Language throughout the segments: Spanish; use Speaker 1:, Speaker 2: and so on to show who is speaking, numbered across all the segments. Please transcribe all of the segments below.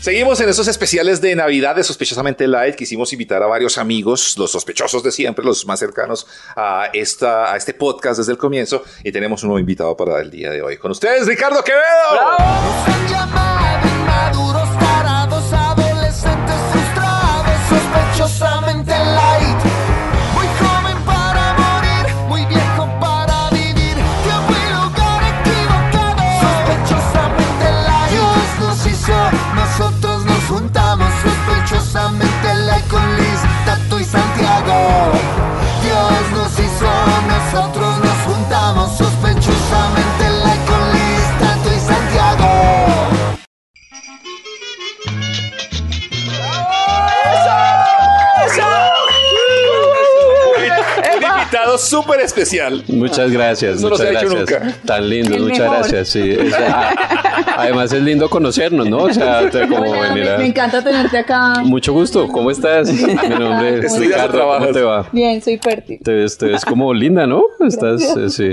Speaker 1: Seguimos en esos especiales de Navidad de Sospechosamente Light. Quisimos invitar a varios amigos, los sospechosos de siempre, los más cercanos a, esta, a este podcast desde el comienzo. Y tenemos un nuevo invitado para el día de hoy. Con ustedes, Ricardo Quevedo.
Speaker 2: Sospechosamente light. Muy joven para morir, muy viejo para vivir. Tiempo y lugar equivocado. Sospechosamente light. Dios nos hizo, nosotros nos juntamos. Sospechosamente light con Liz, Tato y Santiago. Dios nos hizo, nosotros nos juntamos. Sospechosamente light con Liz, Tato y Santiago.
Speaker 1: Un invitado súper especial.
Speaker 3: Muchas gracias,
Speaker 1: Eso no
Speaker 3: muchas
Speaker 1: se ha hecho
Speaker 3: gracias.
Speaker 1: nunca.
Speaker 3: Tan lindo,
Speaker 4: El
Speaker 3: muchas
Speaker 4: mejor.
Speaker 3: gracias. Sí, es- a- además es lindo conocernos, ¿no? O sea, te- como
Speaker 4: Hola,
Speaker 3: venir
Speaker 4: me,
Speaker 3: a-
Speaker 4: me encanta tenerte acá.
Speaker 3: Mucho gusto, ¿cómo estás? Mi nombre es
Speaker 4: ¿Cómo
Speaker 3: Ricardo, ¿cómo
Speaker 1: trabajas?
Speaker 3: te va?
Speaker 4: Bien, soy fértil.
Speaker 3: Te ves, te ves como linda, ¿no? Estás, eh, sí,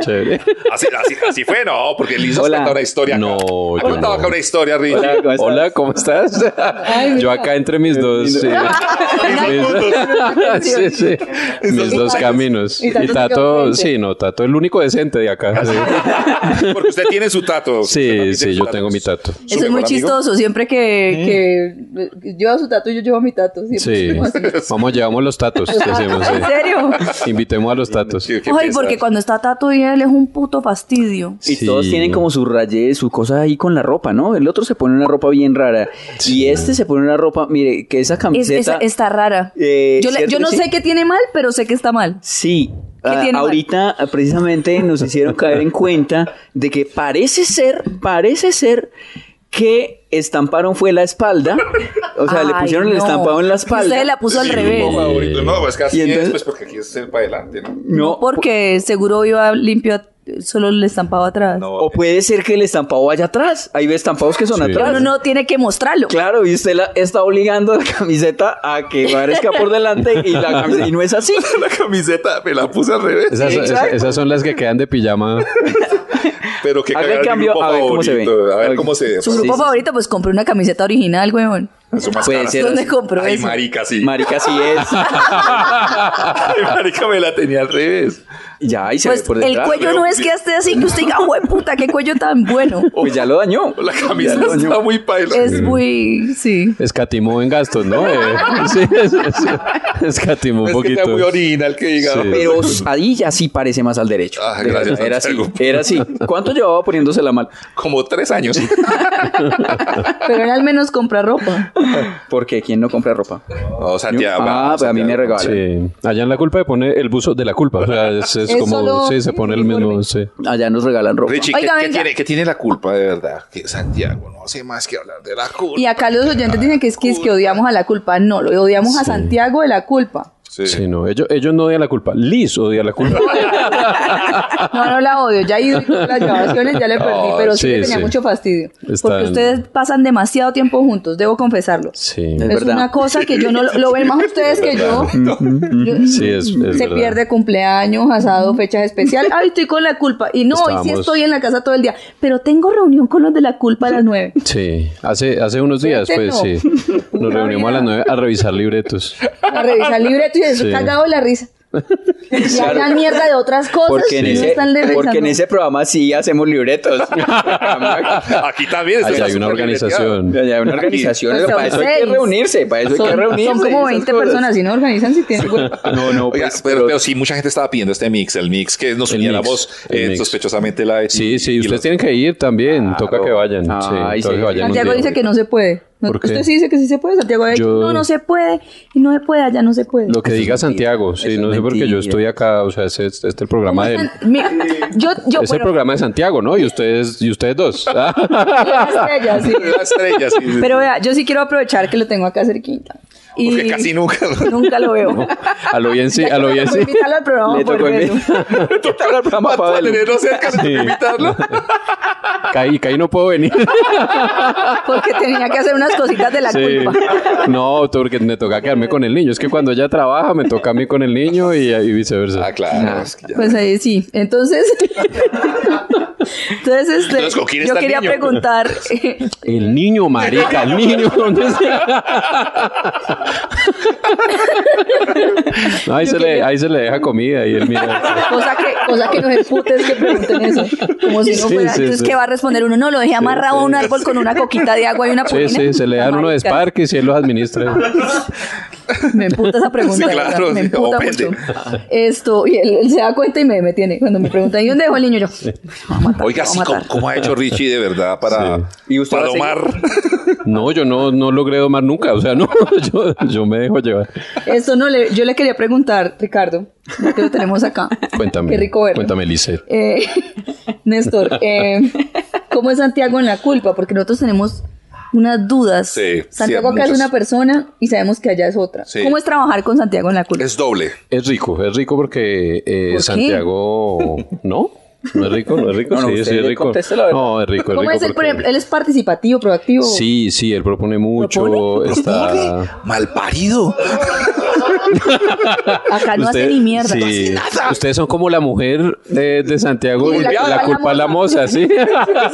Speaker 3: chévere.
Speaker 1: Así, así, así fue, no, porque Liz nos
Speaker 3: Hola.
Speaker 1: cuenta una historia.
Speaker 3: No, yo
Speaker 1: yo contaba
Speaker 3: no.
Speaker 1: acá una historia, Ricky.
Speaker 3: Hola, ¿cómo estás?
Speaker 4: mira.
Speaker 3: Yo acá entre mis dos... sí. Mis- sí, sí. Mis dos caminos.
Speaker 4: Y Tato
Speaker 3: Y
Speaker 4: sigue
Speaker 3: Tato,
Speaker 4: enfrente.
Speaker 3: sí, no, Tato el único decente de acá. sí.
Speaker 1: Porque usted tiene su tato. Usted
Speaker 3: Sí,
Speaker 1: también
Speaker 3: sí,
Speaker 1: tiene su
Speaker 3: yo tengo mi
Speaker 1: Su
Speaker 3: Tato.
Speaker 4: Eso es
Speaker 1: mejor
Speaker 4: muy
Speaker 1: amigo.
Speaker 4: chistoso. Siempre que, que lleva su tato, yo llevo mi tato. Siempre
Speaker 3: Sí.
Speaker 4: somos así.
Speaker 3: Vamos, llevamos los tatos. Decimos, sí.
Speaker 4: ¿En serio?
Speaker 3: Invitemos a los tatos.
Speaker 1: Sí, qué
Speaker 4: Ay,
Speaker 1: pesar.
Speaker 4: porque cuando está Tato y él es un puto fastidio.
Speaker 5: Y
Speaker 3: Sí.
Speaker 5: todos tienen como sus rayes, sus cosas ahí con la ropa, ¿no? El otro se pone una ropa bien rara.
Speaker 3: Sí.
Speaker 5: Y este se pone una ropa, mire, que esa
Speaker 4: Es, es-
Speaker 5: camiseta.
Speaker 4: está rara.
Speaker 5: eh,
Speaker 4: yo, le-
Speaker 5: ¿cierto
Speaker 4: yo
Speaker 5: que
Speaker 4: no
Speaker 5: sí?
Speaker 4: sé qué tiene mal, pero sé que está mal.
Speaker 5: Sí. ah,
Speaker 4: tiene mal?
Speaker 5: ahorita ah, precisamente nos hicieron caer en cuenta de que parece ser, parece ser que estamparon fue la espalda. O sea, le
Speaker 4: Ay,
Speaker 5: pusieron el
Speaker 4: no.
Speaker 5: estampado en la espalda.
Speaker 4: Usted la puso al
Speaker 1: Sí,
Speaker 4: revés.
Speaker 1: no, favorito. No, es que así
Speaker 5: Y entonces-
Speaker 1: es, pues porque aquí es para adelante, ¿no?
Speaker 5: No,
Speaker 4: Porque seguro iba limpio, a- solo le estampaba atrás.
Speaker 1: No,
Speaker 5: o puede ser que el estampado vaya atrás. Ahí ve estampados que son
Speaker 3: Sí.
Speaker 5: atrás.
Speaker 4: Pero uno no tiene que mostrarlo.
Speaker 5: Claro, y usted la está obligando a la camiseta a que parezca por delante y la camiseta, y no es así.
Speaker 1: la camiseta me la puse al revés.
Speaker 3: Esas, esas-
Speaker 5: Exacto.
Speaker 3: esas son las que quedan de pijama.
Speaker 1: Pero que
Speaker 5: Haga el
Speaker 1: cagada, mi
Speaker 5: cambio,
Speaker 1: grupo
Speaker 5: a ver cómo se ve.
Speaker 1: favorito. A
Speaker 5: A
Speaker 1: ver
Speaker 5: ver.
Speaker 1: cómo se ve.
Speaker 4: Su
Speaker 5: Sí,
Speaker 4: grupo
Speaker 5: sí, sí.
Speaker 4: favorito, pues compró una camiseta original, weón.
Speaker 1: Su más
Speaker 5: Puede
Speaker 1: cara.
Speaker 5: ser.
Speaker 4: ¿Dónde compró
Speaker 1: Ay,
Speaker 4: eso?
Speaker 1: marica, sí.
Speaker 5: Marica, sí es.
Speaker 1: Ay, marica, me la tenía al revés.
Speaker 5: Ya, y se
Speaker 4: Pues
Speaker 5: ve por
Speaker 4: el
Speaker 5: detrás.
Speaker 4: cuello no es que esté así que usted diga, "Ah, güey, puta, qué cuello tan bueno.
Speaker 5: Pues ya lo dañó.
Speaker 1: Oh, La camisa
Speaker 5: Ya lo dañó.
Speaker 1: está muy paila.
Speaker 4: Es muy, sí.
Speaker 3: Escatimó en gastos, ¿no? Eh, sí, es- es- escatimó
Speaker 1: No
Speaker 3: un
Speaker 1: es que
Speaker 3: poquito.
Speaker 1: sea muy original que diga.
Speaker 3: Sí.
Speaker 1: "Oh,
Speaker 5: Pero ahí ya sí parece más al derecho.
Speaker 1: Ah, gracias,
Speaker 5: Era así,
Speaker 1: Santiago.
Speaker 5: era así. ¿Cuánto llevaba poniéndosela mal?
Speaker 1: Como tres años.
Speaker 4: Pero él al menos compra ropa.
Speaker 5: Porque ¿quién no compra ropa?
Speaker 1: No, Santiago.
Speaker 5: ah,
Speaker 1: vamos,
Speaker 5: pues a mí me
Speaker 1: Santiago.
Speaker 5: regalan.
Speaker 3: Sí. Allá en la culpa de poner el buzo de la culpa. O sea, es, es
Speaker 4: Es
Speaker 3: como,
Speaker 4: solo
Speaker 3: sí, se pone el mismo. Sí.
Speaker 5: Allá nos regalan ropa.
Speaker 1: Richie,
Speaker 4: Oiga,
Speaker 1: ¿qué, qué
Speaker 4: venga.
Speaker 1: tiene, qué tiene la culpa de verdad? Que Santiago no hace más que hablar de la culpa.
Speaker 4: Y acá los oyentes dicen que es que, es que odiamos a la culpa. No, lo odiamos a
Speaker 3: Sí.
Speaker 4: Santiago de la culpa.
Speaker 1: Sí.
Speaker 3: Sí, no, ellos, ellos no odian la culpa. Liz odia la culpa.
Speaker 4: No, no la odio. Ya he ido y todas las grabaciones, ya le perdí,
Speaker 3: Ah,
Speaker 4: pero sí,
Speaker 3: sí,
Speaker 4: que tenía
Speaker 3: sí.
Speaker 4: mucho fastidio.
Speaker 3: Están-
Speaker 4: Porque ustedes pasan demasiado tiempo juntos, debo confesarlo.
Speaker 3: Sí,
Speaker 5: Es
Speaker 4: Es,
Speaker 5: verdad.
Speaker 4: una cosa que yo no lo, lo ven más ustedes que yo. Yo-
Speaker 3: sí, es, es
Speaker 4: se
Speaker 3: verdad.
Speaker 4: pierde cumpleaños, asado, fechas especiales. Ay, estoy con la culpa. Y no, hoy sí
Speaker 3: Estamos-
Speaker 4: estoy en la casa todo el día. Pero tengo reunión con los de la culpa a las nueve.
Speaker 3: Sí, hace, hace unos días,
Speaker 4: Fíjate,
Speaker 3: pues
Speaker 4: no.
Speaker 3: sí. Nos reunimos a las nueve a revisar libretos.
Speaker 4: A revisar el libreto y eso
Speaker 3: Sí.
Speaker 4: cagado de la risa. Y
Speaker 5: Claro.
Speaker 4: hablan mierda de otras cosas
Speaker 5: Porque, en
Speaker 4: y no
Speaker 5: ese,
Speaker 4: están revisando.
Speaker 5: porque en ese programa sí hacemos libretos.
Speaker 1: Aquí también está
Speaker 3: Allá hay una
Speaker 1: súper
Speaker 3: organización.
Speaker 5: Allá hay una organización.
Speaker 4: Pues son
Speaker 5: para eso hay que
Speaker 4: seis.
Speaker 5: reunirse. Para eso hay que
Speaker 4: son,
Speaker 5: reunirse.
Speaker 4: son como 20 personas y no organizan si tienen huevo.
Speaker 5: No, no,
Speaker 1: Oiga,
Speaker 5: pues,
Speaker 1: pero, pero sí, mucha gente estaba pidiendo este mix, el mix que nos
Speaker 3: El
Speaker 1: uniéramos
Speaker 3: mix, el
Speaker 1: eh,
Speaker 3: mix.
Speaker 1: sospechosamente la
Speaker 3: Sí, sí,
Speaker 1: y
Speaker 3: ustedes
Speaker 1: los- Ah,
Speaker 3: tienen que ir también. Toca que vayan.
Speaker 5: Ay,
Speaker 3: sí, toca
Speaker 5: sí.
Speaker 3: que vayan un
Speaker 4: Santiago
Speaker 3: día.
Speaker 4: dice que no se puede. No,
Speaker 3: ¿Por qué?
Speaker 4: Usted sí dice que sí se puede. Santiago ha dicho,
Speaker 3: Yo-
Speaker 4: no, no se puede. Y no se puede, allá no se puede.
Speaker 3: Lo que
Speaker 5: Eso es
Speaker 3: diga
Speaker 5: mentira,
Speaker 3: Santiago,
Speaker 5: eso
Speaker 3: sí,
Speaker 5: es
Speaker 3: no sé por qué yo
Speaker 5: mentira.
Speaker 3: estoy acá, o sea, este es el programa de él.
Speaker 4: Mi- yo, yo,
Speaker 3: Es el
Speaker 4: bueno,
Speaker 3: programa de Santiago, ¿no? Y ustedes, y ustedes dos. Ah,
Speaker 4: la estrella, sí.
Speaker 1: La estrella, sí, sí,
Speaker 4: Pero
Speaker 1: sí.
Speaker 4: vea, yo sí quiero aprovechar que lo tengo acá cerquita. Y
Speaker 1: Porque casi nunca.
Speaker 4: Nunca lo veo.
Speaker 3: A lo bien sí, a lo bien
Speaker 4: Voy a
Speaker 3: sí.
Speaker 4: invitarlo al programa
Speaker 5: Le
Speaker 4: por
Speaker 5: tocó
Speaker 4: verlo.
Speaker 5: en ¿Qué tal el
Speaker 1: Para
Speaker 5: programa, Pavel?
Speaker 1: tenerlo cerca, le tengo que invitarlo.
Speaker 3: Caí, caí, no puedo venir.
Speaker 4: Porque tenía que hacer unas cositas de la
Speaker 3: Sí.
Speaker 4: culpa.
Speaker 3: No, porque me toca quedarme con el niño. Es que cuando ella trabaja, me toca a mí con el niño y, y viceversa.
Speaker 5: Pues,
Speaker 1: Ah, claro. es que ya-
Speaker 4: Pues ahí sí. Entonces, Entonces, este,
Speaker 1: Entonces, ¿con quién
Speaker 4: yo
Speaker 1: está el
Speaker 4: quería
Speaker 1: niño?
Speaker 4: preguntar,
Speaker 3: El niño, marica, el niño. ¿dónde está? No, ahí, se le, ahí se le deja comida y él mira.
Speaker 4: cosa que, cosa que nos emputa es que pregunten eso. Como si no
Speaker 3: Sí,
Speaker 4: fuera.
Speaker 3: sí,
Speaker 4: Entonces,
Speaker 3: sí.
Speaker 4: ¿qué va a responder uno? No, lo dejé amarrado a un árbol con una coquita de agua y una
Speaker 3: Sí,
Speaker 4: purina.
Speaker 3: sí, se le dan unos
Speaker 4: Marica,
Speaker 3: sparks y él los administra.
Speaker 4: Me emputa esa pregunta.
Speaker 1: Sí,
Speaker 4: de verdad,
Speaker 1: claro,
Speaker 4: me
Speaker 1: sí,
Speaker 4: emputa
Speaker 1: ofende.
Speaker 4: mucho. Esto, y él, él se da cuenta y me, me tiene. Cuando me preguntan, ¿y dónde dejó el niño? Yo, "Me va a matar,
Speaker 1: Oiga,
Speaker 4: me va a
Speaker 1: sí,
Speaker 4: matar".
Speaker 1: ¿cómo, cómo ha hecho Richie de verdad para,
Speaker 5: ¿Y usted
Speaker 1: para
Speaker 5: va a seguir?
Speaker 1: domar?
Speaker 3: No, yo no, no logré domar nunca. O sea, no, yo, yo me dejo llevar.
Speaker 4: Eso no le, yo le quería preguntar, Ricardo, ya que lo tenemos acá.
Speaker 3: Cuéntame.
Speaker 4: Qué rico verlo.
Speaker 3: Cuéntame, Lice.
Speaker 4: Eh, Néstor, eh, ¿cómo es Santiago en la culpa? Porque nosotros tenemos unas dudas.
Speaker 1: Sí, sí,
Speaker 4: Santiago acá es
Speaker 1: muchas.
Speaker 4: una persona y sabemos que allá es otra.
Speaker 1: Sí.
Speaker 4: ¿Cómo es trabajar con Santiago en la culpa?
Speaker 1: Es doble.
Speaker 3: Es rico, es rico porque eh,
Speaker 4: ¿Por qué?
Speaker 3: Santiago. ¿No? No es rico, no es rico.
Speaker 5: No, no,
Speaker 3: sí,
Speaker 5: usted
Speaker 3: sí, es
Speaker 5: le
Speaker 3: rico.
Speaker 5: conteste la verdad.
Speaker 3: No, es rico, es rico.
Speaker 4: ¿Cómo es él, por
Speaker 3: porque-
Speaker 4: ejemplo? ¿Él es participativo, proactivo?
Speaker 3: Sí, sí, él propone mucho.
Speaker 4: ¿Propone?
Speaker 3: Está.
Speaker 1: Mal parido.
Speaker 4: Acá Ah, no hace
Speaker 3: Usted-
Speaker 4: ni mierda.
Speaker 3: sí. Ustedes son como la mujer eh, de Santiago
Speaker 4: Y
Speaker 3: y
Speaker 4: la
Speaker 3: la,
Speaker 4: culpa la
Speaker 3: culpa a la moza, ¿sí?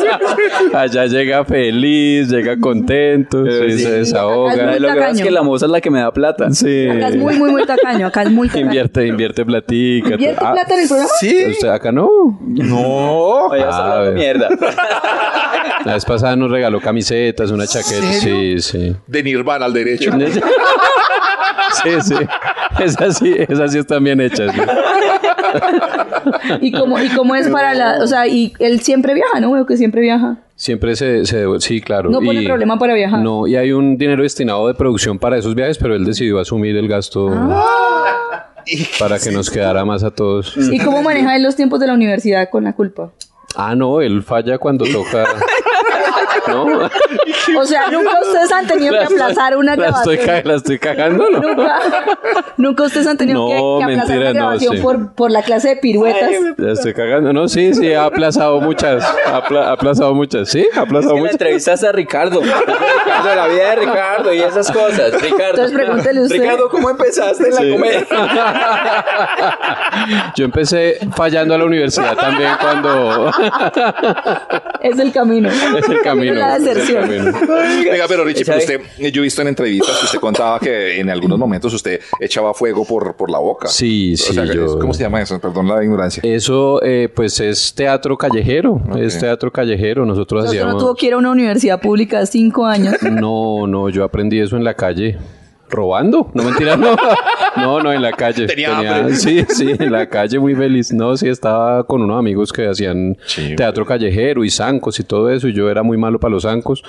Speaker 3: Allá llega feliz, llega contento, sí,
Speaker 5: sí.
Speaker 3: se
Speaker 4: Acá
Speaker 3: desahoga,
Speaker 4: Muy
Speaker 5: Lo que pasa es
Speaker 4: tacaño.
Speaker 5: que la moza es la que me da plata.
Speaker 3: sí.
Speaker 4: Acá es muy, muy, muy tacaño. Acá es muy tacaño.
Speaker 3: invierte, invierte platica.
Speaker 4: ¿Invierte
Speaker 3: todo. Ah,
Speaker 4: plata en el programa?
Speaker 3: ¿Usted acá no?
Speaker 1: No.
Speaker 5: Oye, está
Speaker 3: Ah,
Speaker 5: hablando
Speaker 3: ve.
Speaker 5: mierda.
Speaker 3: La vez pasada nos regaló camisetas, una chaqueta, sí, sí.
Speaker 1: De Nirvana al derecho.
Speaker 3: Sí, sí. Esas sí, esas sí están bien hechas. ¿no?
Speaker 4: ¿Y cómo, ¿Y cómo es para la...? O sea, y él siempre viaja, ¿no? Veo que siempre viaja.
Speaker 3: Siempre se, se devuel- sí, claro.
Speaker 4: No pone problema para viajar.
Speaker 3: No, y hay un dinero destinado de producción para esos viajes, pero él decidió asumir el gasto
Speaker 4: Ah.
Speaker 3: para que nos quedara más a todos.
Speaker 4: ¿Y cómo maneja él los tiempos de la universidad con la culpa?
Speaker 3: Ah, no, él falla cuando toca. ¿No?
Speaker 4: O sea, nunca ustedes han tenido que
Speaker 3: La estoy-
Speaker 4: aplazar una
Speaker 3: la estoy,
Speaker 4: grabación.
Speaker 3: ca- la estoy cagando, ¿no?
Speaker 4: Nunca, nunca ustedes han tenido
Speaker 3: No,
Speaker 4: que, que aplazar
Speaker 3: mentira,
Speaker 4: una
Speaker 3: no,
Speaker 4: grabación
Speaker 3: sí.
Speaker 4: por, por la clase de piruetas.
Speaker 3: La estoy cagando, ¿no? Sí, sí, ha aplazado muchas. Ha apla- ha aplazado muchas. Sí, ha
Speaker 5: Es
Speaker 3: aplazado
Speaker 5: que la
Speaker 3: muchas.
Speaker 5: entrevistas a Ricardo. Ricardo, la vida de Ricardo y esas cosas. Ricardo.
Speaker 4: Entonces, pregúntele usted.
Speaker 5: Ricardo, ¿cómo empezaste en la
Speaker 3: Sí.
Speaker 5: comedia?
Speaker 3: Yo empecé fallando a la universidad también cuando
Speaker 4: Es el camino.
Speaker 3: es el camino.
Speaker 4: La
Speaker 3: es el
Speaker 4: deserción.
Speaker 3: camino.
Speaker 1: Venga, pero Richie,
Speaker 5: Esa-
Speaker 1: pero usted, eh, yo he visto en entrevistas que usted contaba que en algunos momentos usted echaba fuego por, por la boca.
Speaker 3: Sí,
Speaker 1: O
Speaker 3: sí,
Speaker 1: sea,
Speaker 3: yo-
Speaker 1: ¿Cómo se llama eso? Perdón la ignorancia.
Speaker 3: Eso, eh, pues, es teatro callejero. Es teatro callejero. Nosotros
Speaker 4: Entonces, uno
Speaker 3: hacíamos.
Speaker 4: tuvo que ir a una universidad pública de cinco años.
Speaker 3: No, no, yo aprendí eso en la calle. ¿Robando? No, mentira, no. No, no, en la calle.
Speaker 1: Tenía hambre.
Speaker 3: Sí, sí, en la calle muy feliz. No, sí, estaba con unos amigos que hacían
Speaker 1: Sí,
Speaker 3: teatro callejero y zancos y todo eso. Y yo era muy malo para los zancos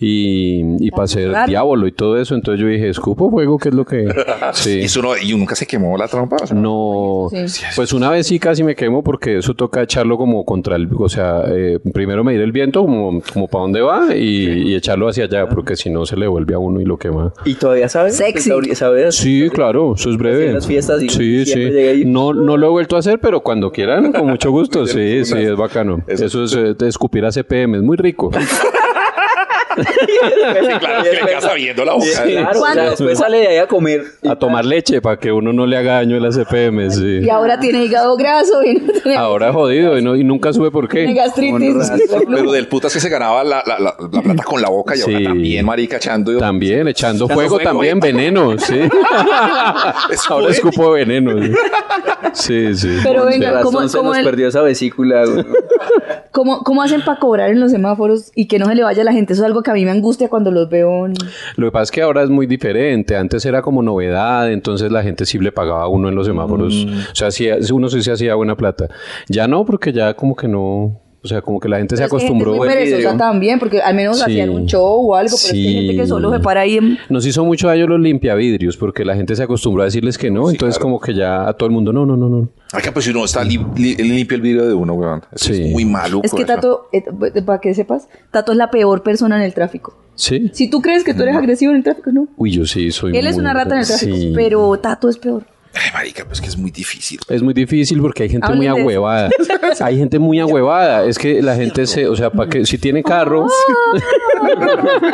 Speaker 3: y, y para ser
Speaker 4: Claro.
Speaker 3: diablo y todo eso. Entonces yo dije, escupo fuego, ¿qué es lo que...? Sí.
Speaker 1: Y, eso no- y nunca se quemó la trompa. o sea,
Speaker 3: No,
Speaker 4: Ay, eso sí.
Speaker 3: pues una vez sí casi me quemo porque eso toca echarlo como contra el, o sea, eh, primero medir el viento como, como para dónde va y, y echarlo hacia allá porque si no se le vuelve a uno y lo quema.
Speaker 5: ¿Y todavía sabes?
Speaker 4: Sexy.
Speaker 5: ¿Sabes?
Speaker 3: Sí, claro, eso es breve.
Speaker 5: en las fiestas y
Speaker 3: sí,
Speaker 5: siempre
Speaker 3: sí.
Speaker 5: llega ahí.
Speaker 3: No, no lo he vuelto a hacer, pero cuando quieran, con mucho gusto. Sí, sí, es bacano.
Speaker 1: Eso-
Speaker 3: Eso es eh, de escupir a CPM, es muy rico.
Speaker 1: sí, claro, que le queda sabiendo la boca.
Speaker 5: Claro, o sea,
Speaker 4: ¿Cuándo?
Speaker 5: después sale de ahí a comer.
Speaker 3: A tomar leche para que uno no le haga daño a la CPM, sí.
Speaker 4: Y ahora tiene hígado graso y no tiene,
Speaker 3: Ahora jodido y, no, y nunca sube por
Speaker 4: tiene
Speaker 3: qué.
Speaker 4: gastritis.
Speaker 1: Pero del putas que se ganaba la, la- la- la plata con la boca y ahora
Speaker 3: Sí.
Speaker 1: también, marica, echando.
Speaker 3: También, echando fuego,
Speaker 1: fuego.
Speaker 3: también veneno, sí.
Speaker 1: Es
Speaker 3: Ahora escupo veneno. Sí, sí. sí.
Speaker 4: Pero
Speaker 5: Con
Speaker 4: venga,
Speaker 5: razón
Speaker 4: ¿cómo,
Speaker 5: se
Speaker 4: cómo
Speaker 5: nos
Speaker 4: el-
Speaker 5: perdió esa vesícula. güey.
Speaker 4: cómo- cómo hacen para cobrar en los semáforos y que no se le vaya a la gente? Eso es algo que a mí me angustia cuando los veo. en-
Speaker 3: Lo que pasa es que ahora es muy diferente. Antes era como novedad, entonces la gente sí le pagaba a uno en los semáforos. O sea, sí- uno sí se hacía buena plata. Ya no, porque ya como que no. O sea, como que la gente se
Speaker 4: Pero es que hay gente
Speaker 3: acostumbró.
Speaker 4: muy perezosa también, porque al menos
Speaker 3: Sí.
Speaker 4: hacían un show o algo, pero es que hay gente que
Speaker 3: Sí.
Speaker 4: solo se para ahí en...
Speaker 3: Nos hizo mucho daño los limpiavidrios, porque la gente se acostumbró a decirles que no. entonces, como que ya a todo el mundo, no, no, no, no.
Speaker 1: Acá, pues si uno está li- li- limpio el vidrio de uno, weón. Eso
Speaker 3: Sí.
Speaker 1: Es muy maluco.
Speaker 4: Es que
Speaker 1: eso.
Speaker 4: Tato, eh, para que sepas, Tato es la peor persona en el tráfico.
Speaker 3: Sí.
Speaker 4: Si tú crees que tú eres agresivo en el tráfico, no.
Speaker 3: Mm. Uy, yo sí soy.
Speaker 4: Él es
Speaker 3: muy-
Speaker 4: una rata en el tráfico,
Speaker 3: sí.
Speaker 4: pero Tato es peor.
Speaker 1: Ay, marica, pues que es muy difícil.
Speaker 3: Es muy difícil porque hay gente
Speaker 4: Hablen
Speaker 3: muy
Speaker 4: de eso.
Speaker 3: ahuevada. Hay gente muy ahuevada. Es que la gente se, o sea, para que si tiene carro,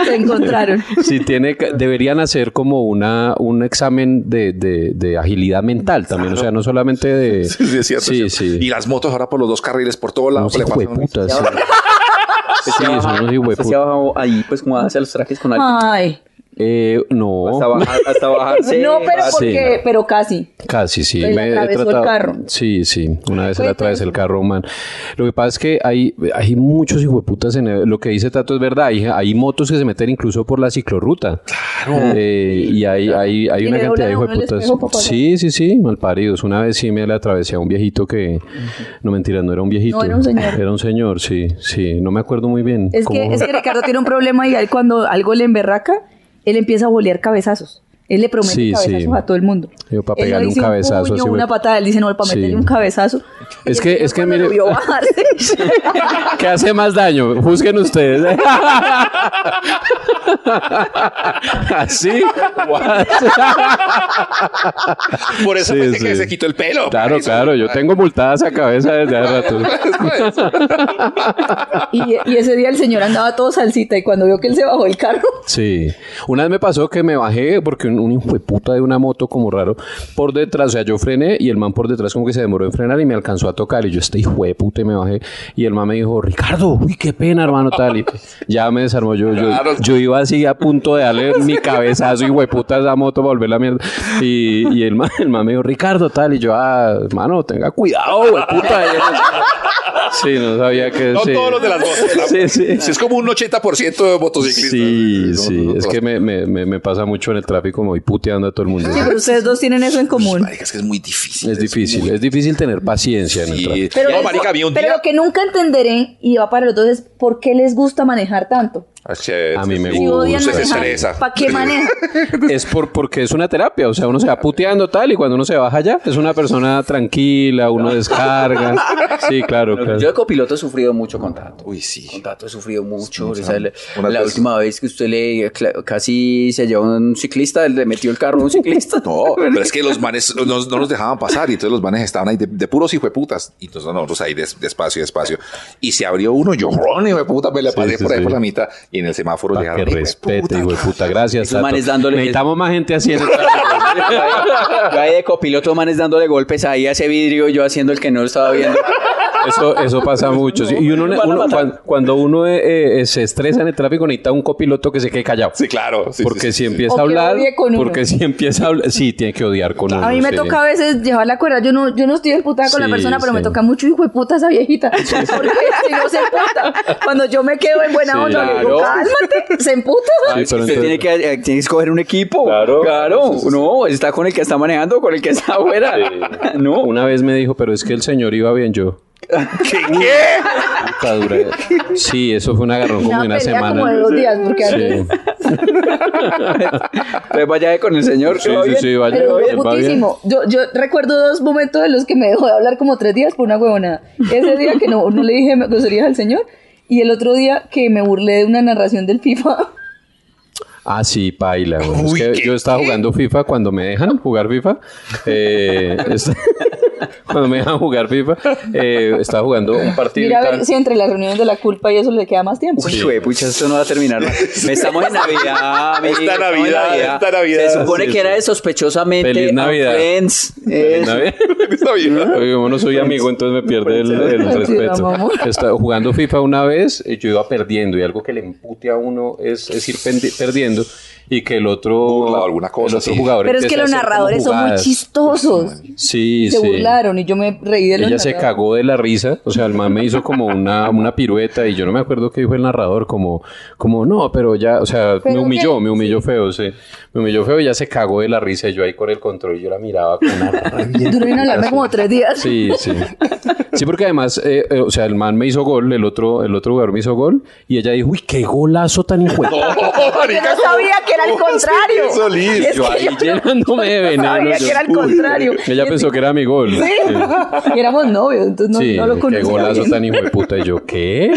Speaker 4: Se encontraron.
Speaker 3: si tiene, ca- deberían hacer como una un examen de, de- de agilidad mental también. O sea, no solamente de.
Speaker 1: Sí, sí, es cierto,
Speaker 3: Sí,
Speaker 1: es cierto.
Speaker 3: sí.
Speaker 1: Y las motos ahora por los dos carriles por todos lados.
Speaker 3: Unos
Speaker 1: le pasan-
Speaker 3: hijueputas, sí. Sí, son unos hijueputas.
Speaker 5: hacia abajo, ahí, pues como hacia los trajes con algo.
Speaker 4: Ay.
Speaker 3: Eh, no.
Speaker 5: Hasta, baja- hasta bajarse.
Speaker 4: no, pero
Speaker 5: bajarse.
Speaker 4: porque, pero casi.
Speaker 3: Casi, sí.
Speaker 4: Pues le
Speaker 3: he
Speaker 4: atravesó el carro.
Speaker 3: Sí, sí. Una vez se le
Speaker 4: Cuéntame.
Speaker 3: atravesé el carro, man. Lo que pasa es que hay, hay muchos hijueputas en el- lo que dice Tato es verdad. Hay, hay motos que se meten incluso por la ciclorruta. Claro. y hay, hay, hay
Speaker 4: Y
Speaker 3: una
Speaker 4: le
Speaker 3: cantidad de
Speaker 4: doblan a uno el
Speaker 3: hijueputas.
Speaker 4: espejo para pasar.
Speaker 3: Sí, sí, sí. Malparidos. Una vez sí me le atravesé a un viejito que. No mentiras, no era un viejito.
Speaker 4: No, era un señor.
Speaker 3: Era un señor, sí. Sí. No me acuerdo muy bien.
Speaker 4: Es
Speaker 3: cómo-
Speaker 4: que, es que Ricardo tiene un problema y a él cuando algo le emberraca, él empieza a bolear cabezazos. Él le promete
Speaker 3: Sí,
Speaker 4: cabezazos
Speaker 3: sí.
Speaker 4: a todo el mundo.
Speaker 3: Yo pa'
Speaker 4: Él no
Speaker 3: pegarle un
Speaker 4: dice
Speaker 3: cabezazo,
Speaker 4: puño,
Speaker 3: sí, güey.
Speaker 4: una patada, él dice, no, para
Speaker 3: Sí.
Speaker 4: meterle un cabezazo.
Speaker 3: Es
Speaker 4: Y
Speaker 3: que-
Speaker 4: el
Speaker 3: es que
Speaker 4: cuando lo
Speaker 3: mire-
Speaker 4: vio bajarse.
Speaker 3: ¿Qué hace más daño? Juzguen ustedes. ¿Así? What?
Speaker 1: Por eso
Speaker 3: Sí,
Speaker 1: fue que
Speaker 3: sí.
Speaker 1: se quitó el pelo. pues.
Speaker 3: Claro,
Speaker 1: Eso-
Speaker 3: claro. Yo tengo multada esa cabeza desde hace rato.
Speaker 1: Pues,
Speaker 4: y, y ese día el señor andaba todo salsita y cuando vio que él se bajó el carro,
Speaker 3: Sí. Una vez me pasó que me bajé porque un, un hijo de puta de una moto como raro por detrás, o sea, yo frené y el man por detrás como que se demoró en frenar y me alcanzó a tocar y yo este hijo de puta y me bajé y el man me dijo, Ricardo, uy, qué pena, hermano, tal y ya me desarmó yo, yo,
Speaker 1: Claro.
Speaker 3: yo iba así a punto de darle mi cabezazo y puta a esa moto para volver la mierda y, y el, man, el man me dijo, Ricardo, tal y yo, ah, hermano, tenga cuidado, hueputa. Y yo no- Sí, no sabía que...
Speaker 1: No
Speaker 3: sí.
Speaker 1: todos los de las motos. la-
Speaker 3: Sí, sí.
Speaker 1: pues, Es como un 80% de motociclistas.
Speaker 3: Sí,
Speaker 1: eh, Somos
Speaker 3: sí,
Speaker 1: nosotros.
Speaker 3: es que me, me- me- me pasa mucho en el tráfico, me voy puteando a todo el mundo.
Speaker 4: sí, pero ustedes dos tienen eso en
Speaker 3: Pues,
Speaker 4: común.
Speaker 1: Marica, es que es muy difícil.
Speaker 3: Es difícil, eh, es difícil tener paciencia en el
Speaker 1: Sí.
Speaker 3: tráfico.
Speaker 4: Pero,
Speaker 1: No,
Speaker 4: eso-
Speaker 1: marica, había un
Speaker 4: pero
Speaker 1: día-
Speaker 4: lo que nunca entenderé y va para los dos es por qué les gusta manejar tanto.
Speaker 1: Ah, chévere.
Speaker 3: A mí me
Speaker 4: Si odian
Speaker 1: Se
Speaker 3: gusta.
Speaker 1: desestresa.
Speaker 4: manejar, ¿para qué manejan?
Speaker 3: Es por, porque es una terapia, o sea, uno se va puteando tal y cuando uno se baja allá es una persona tranquila, uno descarga. Sí, claro,
Speaker 5: Pero
Speaker 3: claro.
Speaker 5: Yo de copiloto he sufrido mucho con Tato.
Speaker 1: Uy, sí.
Speaker 5: Con Tato he sufrido mucho. o sea, la
Speaker 1: una
Speaker 5: la
Speaker 1: vez-
Speaker 5: última vez que usted le cla- casi se llevó a un ciclista, le metió el carro a un ciclista.
Speaker 1: No, pero es que los manes no, no nos dejaban pasar y entonces los manes estaban ahí de, de puros hijueputas. Y entonces nosotros ahí des- despacio, despacio. Y se abrió uno, yo, ron, hijueputa, me la
Speaker 3: Sí,
Speaker 1: pasé
Speaker 3: sí,
Speaker 1: por ahí
Speaker 3: sí.
Speaker 1: por la mitad y en el semáforo
Speaker 3: Para que
Speaker 1: llegaron.
Speaker 3: respete, hijo de puta. Gracias,
Speaker 5: Esos
Speaker 3: Tato.
Speaker 5: manes dándole-
Speaker 3: Necesitamos más gente así en el tráfico.
Speaker 5: Yo ahí de copiloto, manes dándole golpes ahí a ese vidrio, yo haciendo el que no lo estaba viendo.
Speaker 3: Eso, eso pasa mucho. sí. Y uno,
Speaker 5: Van a
Speaker 3: uno-
Speaker 5: matar.
Speaker 3: cuan- cuando uno eh, eh, se estresa en el tráfico, necesita un copiloto que se quede callado.
Speaker 1: Sí, claro. sí,
Speaker 3: porque
Speaker 1: sí, sí,
Speaker 3: si
Speaker 1: sí.
Speaker 3: empieza a
Speaker 4: O que
Speaker 3: hablar,
Speaker 4: odie con uno.
Speaker 3: porque si empieza a hablar, sí, tiene que odiar con uno.
Speaker 4: A mí me
Speaker 3: Ah, sí.
Speaker 4: toca a veces llevar la cuerda. Yo no, yo no estoy emputada con
Speaker 3: Sí,
Speaker 4: la persona, pero
Speaker 3: sí.
Speaker 4: me toca mucho hijo de puta esa viejita. Porque si no se emputa. Cuando yo me quedo en buena
Speaker 3: Sí,
Speaker 4: onda, le digo,
Speaker 5: claro.
Speaker 4: cálmate, se emputa.
Speaker 3: Ay, pero
Speaker 5: usted
Speaker 3: entonces-
Speaker 5: tiene que, eh, tiene que escoger un equipo. Claro. Claro. No, está con el que está manejando o con el que está afuera. No.
Speaker 3: Una vez me dijo, pero es que el señor iba bien yo. ¿Qué? Sí, eso fue un agarrón como
Speaker 4: Una
Speaker 3: de una
Speaker 4: pelea
Speaker 3: semana.
Speaker 4: como de dos días, porque
Speaker 3: Sí.
Speaker 4: antes-
Speaker 5: Entonces vaya con el señor.
Speaker 3: Sí,
Speaker 5: que va
Speaker 3: sí,
Speaker 5: bien.
Speaker 3: sí, vaya,
Speaker 4: Pero
Speaker 3: vaya,
Speaker 4: fue
Speaker 3: va bien.
Speaker 4: putísimo. Yo, yo recuerdo dos momentos en los que me dejó de hablar como tres días por una huevonada. Ese día que no, no le dije groserías al señor y el otro día que me burlé de una narración del FIFA.
Speaker 3: Ah, sí, paila. güey. Es
Speaker 1: Uy,
Speaker 3: que
Speaker 1: ¿qué?
Speaker 3: yo estaba jugando FIFA cuando me dejan jugar FIFA. eh, es- cuando me dejan jugar FIFA, eh, estaba jugando un partido.
Speaker 4: Mira
Speaker 3: y
Speaker 4: a
Speaker 3: tal.
Speaker 4: ver si entre las reuniones de la culpa y eso le queda más tiempo.
Speaker 5: Uy, güey, pucha, esto no va a terminar. Estamos en Navidad, amigo,
Speaker 1: Esta
Speaker 5: estamos en
Speaker 1: Navidad, esta Navidad.
Speaker 5: Se supone
Speaker 3: Sí,
Speaker 5: que era
Speaker 3: sí.
Speaker 5: de sospechosamente.
Speaker 3: Feliz
Speaker 5: a
Speaker 3: Navidad.
Speaker 5: Friends.
Speaker 3: Eh,
Speaker 5: Eso.
Speaker 1: Está bien, Pues, ¿no?
Speaker 3: Oye, como no soy amigo, entonces me pierde el, el
Speaker 1: pues,
Speaker 4: Ay, sí,
Speaker 3: respeto.
Speaker 4: mamá.
Speaker 3: Estaba jugando FIFA una vez, eh, yo iba perdiendo y algo que le impute a uno es, es ir pendi- perdiendo y que el otro,
Speaker 1: Burla o alguna cosa,
Speaker 3: el otro
Speaker 1: sí.
Speaker 3: jugador
Speaker 4: Pero es que
Speaker 3: empieza a
Speaker 4: los
Speaker 3: hacer como
Speaker 4: narradores son muy
Speaker 3: jugadas.
Speaker 4: chistosos.
Speaker 3: Sí,
Speaker 4: se
Speaker 3: sí.
Speaker 4: burlaron y yo me reí de los
Speaker 3: Ella se
Speaker 4: narradores.
Speaker 3: cagó de la risa, o sea, el man me hizo como una, una pirueta y yo no me acuerdo qué dijo el narrador, como, como no, pero ya, o sea, me
Speaker 4: Pero
Speaker 3: humilló,
Speaker 4: qué-
Speaker 3: me humilló feo, sí, me humilló feo y ya se cagó de la risa y yo ahí con el control, yo la miraba con una rabia.
Speaker 4: Duró en hablarme como tres días.
Speaker 3: Sí, sí. Sí, porque además, eh, eh, o sea, el man me hizo gol, el otro, el otro jugador me hizo gol, y ella dijo, uy, qué golazo tan hijo. de-".
Speaker 4: Porque no sabía que era al contrario.
Speaker 1: Solís.
Speaker 4: Es
Speaker 3: yo
Speaker 4: que
Speaker 3: ahí
Speaker 4: yo-
Speaker 3: llenándome de veneno.
Speaker 4: sabía
Speaker 3: yo,
Speaker 4: que era al
Speaker 3: "Uy".
Speaker 4: contrario.
Speaker 3: Ella pensó que era mi gol.
Speaker 4: Sí. Y éramos novios, entonces no,
Speaker 3: Sí,
Speaker 4: no lo
Speaker 3: qué
Speaker 4: conocía.
Speaker 3: golazo
Speaker 4: bien.
Speaker 3: tan hijo de puta. Y yo, ¿qué?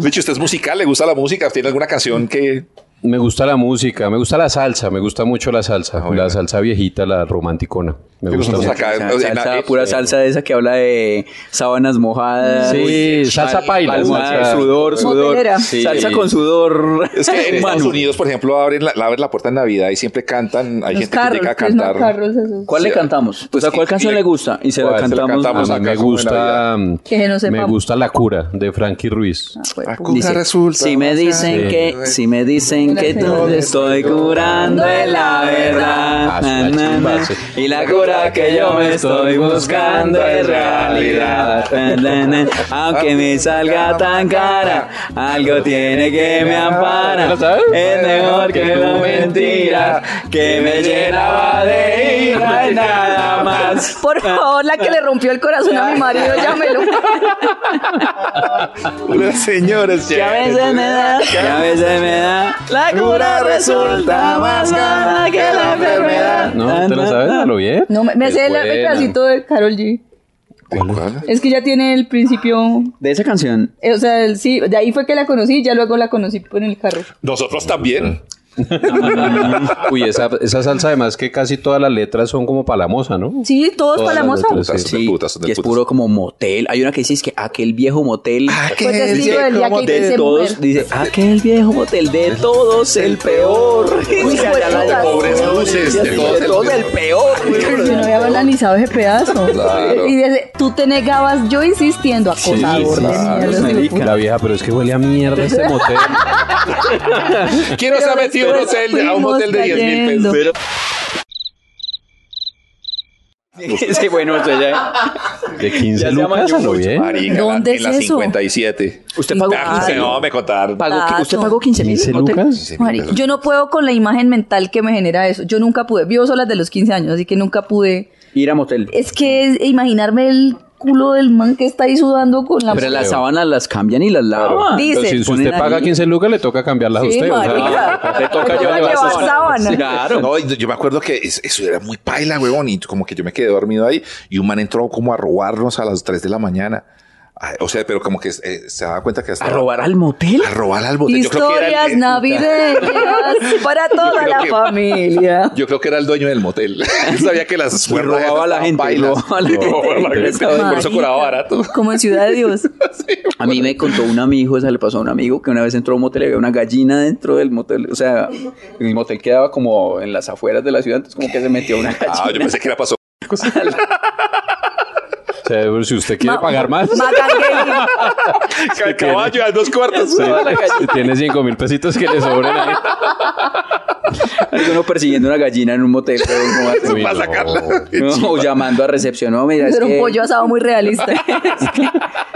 Speaker 1: De hecho, usted es musical, le gusta la música. ¿Tiene alguna canción que
Speaker 3: Me gusta la música, me gusta la salsa, me gusta mucho la salsa. la salsa viejita, la romanticona. Me
Speaker 1: Que
Speaker 3: gusta
Speaker 1: nosotros
Speaker 3: mucho.
Speaker 1: acá-
Speaker 5: Esa
Speaker 1: en la-
Speaker 5: salsa,
Speaker 1: eh,
Speaker 5: pura salsa de esa que habla de sábanas mojadas.
Speaker 3: Sí,
Speaker 5: uy,
Speaker 3: salsa
Speaker 5: pal-
Speaker 3: paila,
Speaker 5: palmada,
Speaker 3: salsa-
Speaker 5: sudor, sudor.
Speaker 4: Motelera.
Speaker 5: Sí. Salsa con sudor.
Speaker 1: Es que en Estados
Speaker 5: humano.
Speaker 1: Unidos, por ejemplo, abren la, abren la puerta en Navidad y siempre cantan. Hay
Speaker 4: Los
Speaker 1: gente
Speaker 4: pues,
Speaker 1: que
Speaker 4: carros,
Speaker 1: llega a
Speaker 4: que es más
Speaker 1: cantar.
Speaker 4: carros esos.
Speaker 5: ¿Cuál le
Speaker 1: Sí.
Speaker 5: cantamos? Pues a
Speaker 1: Sí,
Speaker 5: cuál
Speaker 1: y
Speaker 5: canción
Speaker 1: le-
Speaker 5: le gusta y se la
Speaker 1: ¿Cuál se la
Speaker 5: cantamos.
Speaker 1: cantamos?
Speaker 3: A mí me
Speaker 1: acá como en
Speaker 3: gusta,
Speaker 4: Que no
Speaker 3: me
Speaker 4: sepamos.
Speaker 3: gusta La Cura de Frankie Ruiz.
Speaker 4: Ah, fue
Speaker 1: Ah,
Speaker 4: puta.
Speaker 1: cu- Nunca resulta,
Speaker 5: Si me
Speaker 1: o sea,
Speaker 5: dicen
Speaker 3: sí.
Speaker 5: que, si me dicen que tú te estoy curando es la verdad.
Speaker 3: Ah, es
Speaker 5: Na,
Speaker 3: una
Speaker 5: na,
Speaker 3: chimba,
Speaker 5: na.
Speaker 3: sí.
Speaker 5: Y la cura que yo me estoy buscando es realidad. Na, na, na. Aunque me salga tan cara, algo tiene que me ampara.
Speaker 3: ¿Lo sabes?
Speaker 5: Es mejor que la mentira que me llenaba de ira y nada más.
Speaker 4: Por favor, la que le rompió el corazón a mi marido, llámelo.
Speaker 1: Unas señoras.
Speaker 5: Que a veces me da, que a veces me da, la cura resulta más cara que la enfermedad.
Speaker 3: ¿No? ¿Te lo sabes? ¿A ¿Lo bien?
Speaker 4: Ah, No, me, me
Speaker 3: Es
Speaker 4: sé el, el
Speaker 3: buena.
Speaker 4: pedacito de Carol G.
Speaker 1: ¿Cuál?
Speaker 4: Es que ya tiene el principio.
Speaker 5: De esa canción.
Speaker 4: eh, O sea, el- sí, de ahí fue que la conocí, ya luego la conocí en el carro.
Speaker 1: Nosotros también.
Speaker 3: Uy, esa, esa salsa además que casi todas las letras son como palamosa, ¿no?
Speaker 4: Sí, todos
Speaker 3: Todas
Speaker 4: para la
Speaker 3: las
Speaker 4: moza.
Speaker 3: letras,
Speaker 1: Son de putas, son de
Speaker 5: y es
Speaker 1: putas.
Speaker 5: puro como motel. Hay una que dice es que aquel viejo motel.
Speaker 1: Ah,
Speaker 4: Fue testigo del día que
Speaker 5: de
Speaker 4: hice
Speaker 5: todos,
Speaker 4: mujer.
Speaker 5: dice aquel viejo motel de todos el peor. pues,
Speaker 4: Uy,
Speaker 5: Ya, ya la
Speaker 4: de
Speaker 5: digo.
Speaker 1: pobres luces,
Speaker 5: De pues, todos el peor.
Speaker 4: Pero yo no había analizado ese pedazo. Y desde, tú te negabas, yo insistiendo, acosador.
Speaker 3: sí,
Speaker 4: de
Speaker 3: claro,
Speaker 4: mierda, este
Speaker 5: marica.
Speaker 4: puta.
Speaker 3: La vieja, pero es que huele a mierda este motel.
Speaker 1: ¿Quién nos ha metido un
Speaker 4: después
Speaker 1: hotel, a un
Speaker 4: fuimos
Speaker 1: hotel de 10 mil
Speaker 4: cayendo.
Speaker 1: pesos?
Speaker 5: Es que bueno, eso ya.
Speaker 3: De 15
Speaker 5: Ya se
Speaker 3: lucas
Speaker 5: amañó
Speaker 3: a lo
Speaker 5: mucho.
Speaker 3: bien.
Speaker 1: Marica,
Speaker 4: ¿Dónde
Speaker 1: en
Speaker 4: es
Speaker 1: la
Speaker 4: eso?
Speaker 1: 57.
Speaker 5: Usted
Speaker 4: Y
Speaker 5: pagó
Speaker 4: claro.
Speaker 5: 15
Speaker 1: Ah, no, me contaron.
Speaker 5: Pagó- ¿Usted pagó 15 mil?
Speaker 3: 15 lucas.
Speaker 4: Marica, yo no puedo con la imagen mental que me genera eso. Yo nunca pude. Vivo sola desde los 15 años, así que nunca pude.
Speaker 5: Ir a motel.
Speaker 4: Es que es- imaginarme el culo del man que está ahí sudando con la.
Speaker 5: Pero las
Speaker 3: creo.
Speaker 5: sábanas las cambian y las lavan.
Speaker 4: Dice.
Speaker 3: Pero si, si
Speaker 5: Ponen
Speaker 3: usted paga
Speaker 5: ahí.
Speaker 3: 15 lucas, le toca cambiarlas a
Speaker 4: Sí,
Speaker 3: usted. o sea,
Speaker 4: marica.
Speaker 5: Le toca
Speaker 4: Me
Speaker 5: llevar sábanas.
Speaker 4: sábana.
Speaker 5: Claro.
Speaker 1: No, y yo me acuerdo que es- eso era muy paila, huevón, y como que yo me quedé dormido ahí y un man entró como a robarnos a las 3 de la mañana. Ay, O sea, pero como que eh, se daba cuenta que hasta
Speaker 5: ¿A robar al motel?
Speaker 1: a robar al bote. Yo creo que era
Speaker 4: Historias
Speaker 1: el,
Speaker 4: navideñas para toda
Speaker 1: creo
Speaker 4: la
Speaker 1: que-
Speaker 4: familia.
Speaker 1: yo creo que era el dueño del motel. Sabía que las
Speaker 5: Y robaba a la gente,
Speaker 1: bailas.
Speaker 5: robaba a la gente.
Speaker 1: Robaba a la gente.
Speaker 5: Marica.
Speaker 1: Por eso cobraba barato.
Speaker 4: Como en Ciudad de Dios.
Speaker 5: A mí me contó un amigo, esa le pasó a un amigo, que una vez entró a un motel y había una gallina dentro del motel. O sea, el motel quedaba como en las afueras de la ciudad, entonces como que se metió una
Speaker 1: Ah, yo
Speaker 5: gallina.
Speaker 1: pensé que era pasó.
Speaker 3: pues, o sea, pero si usted quiere
Speaker 4: Ma-
Speaker 3: pagar más,
Speaker 4: Macangueli.
Speaker 1: Al caballo, a dos cuartos.
Speaker 3: sí, si tiene 5 mil pesitos que le sobran ahí.
Speaker 5: Uno persiguiendo una gallina en un motel. pero ¿cómo va a ser?
Speaker 1: Para sacarla.
Speaker 5: No, o llamando a recepción. No, mira, es
Speaker 4: Era un
Speaker 5: que-
Speaker 4: pollo asado muy realista.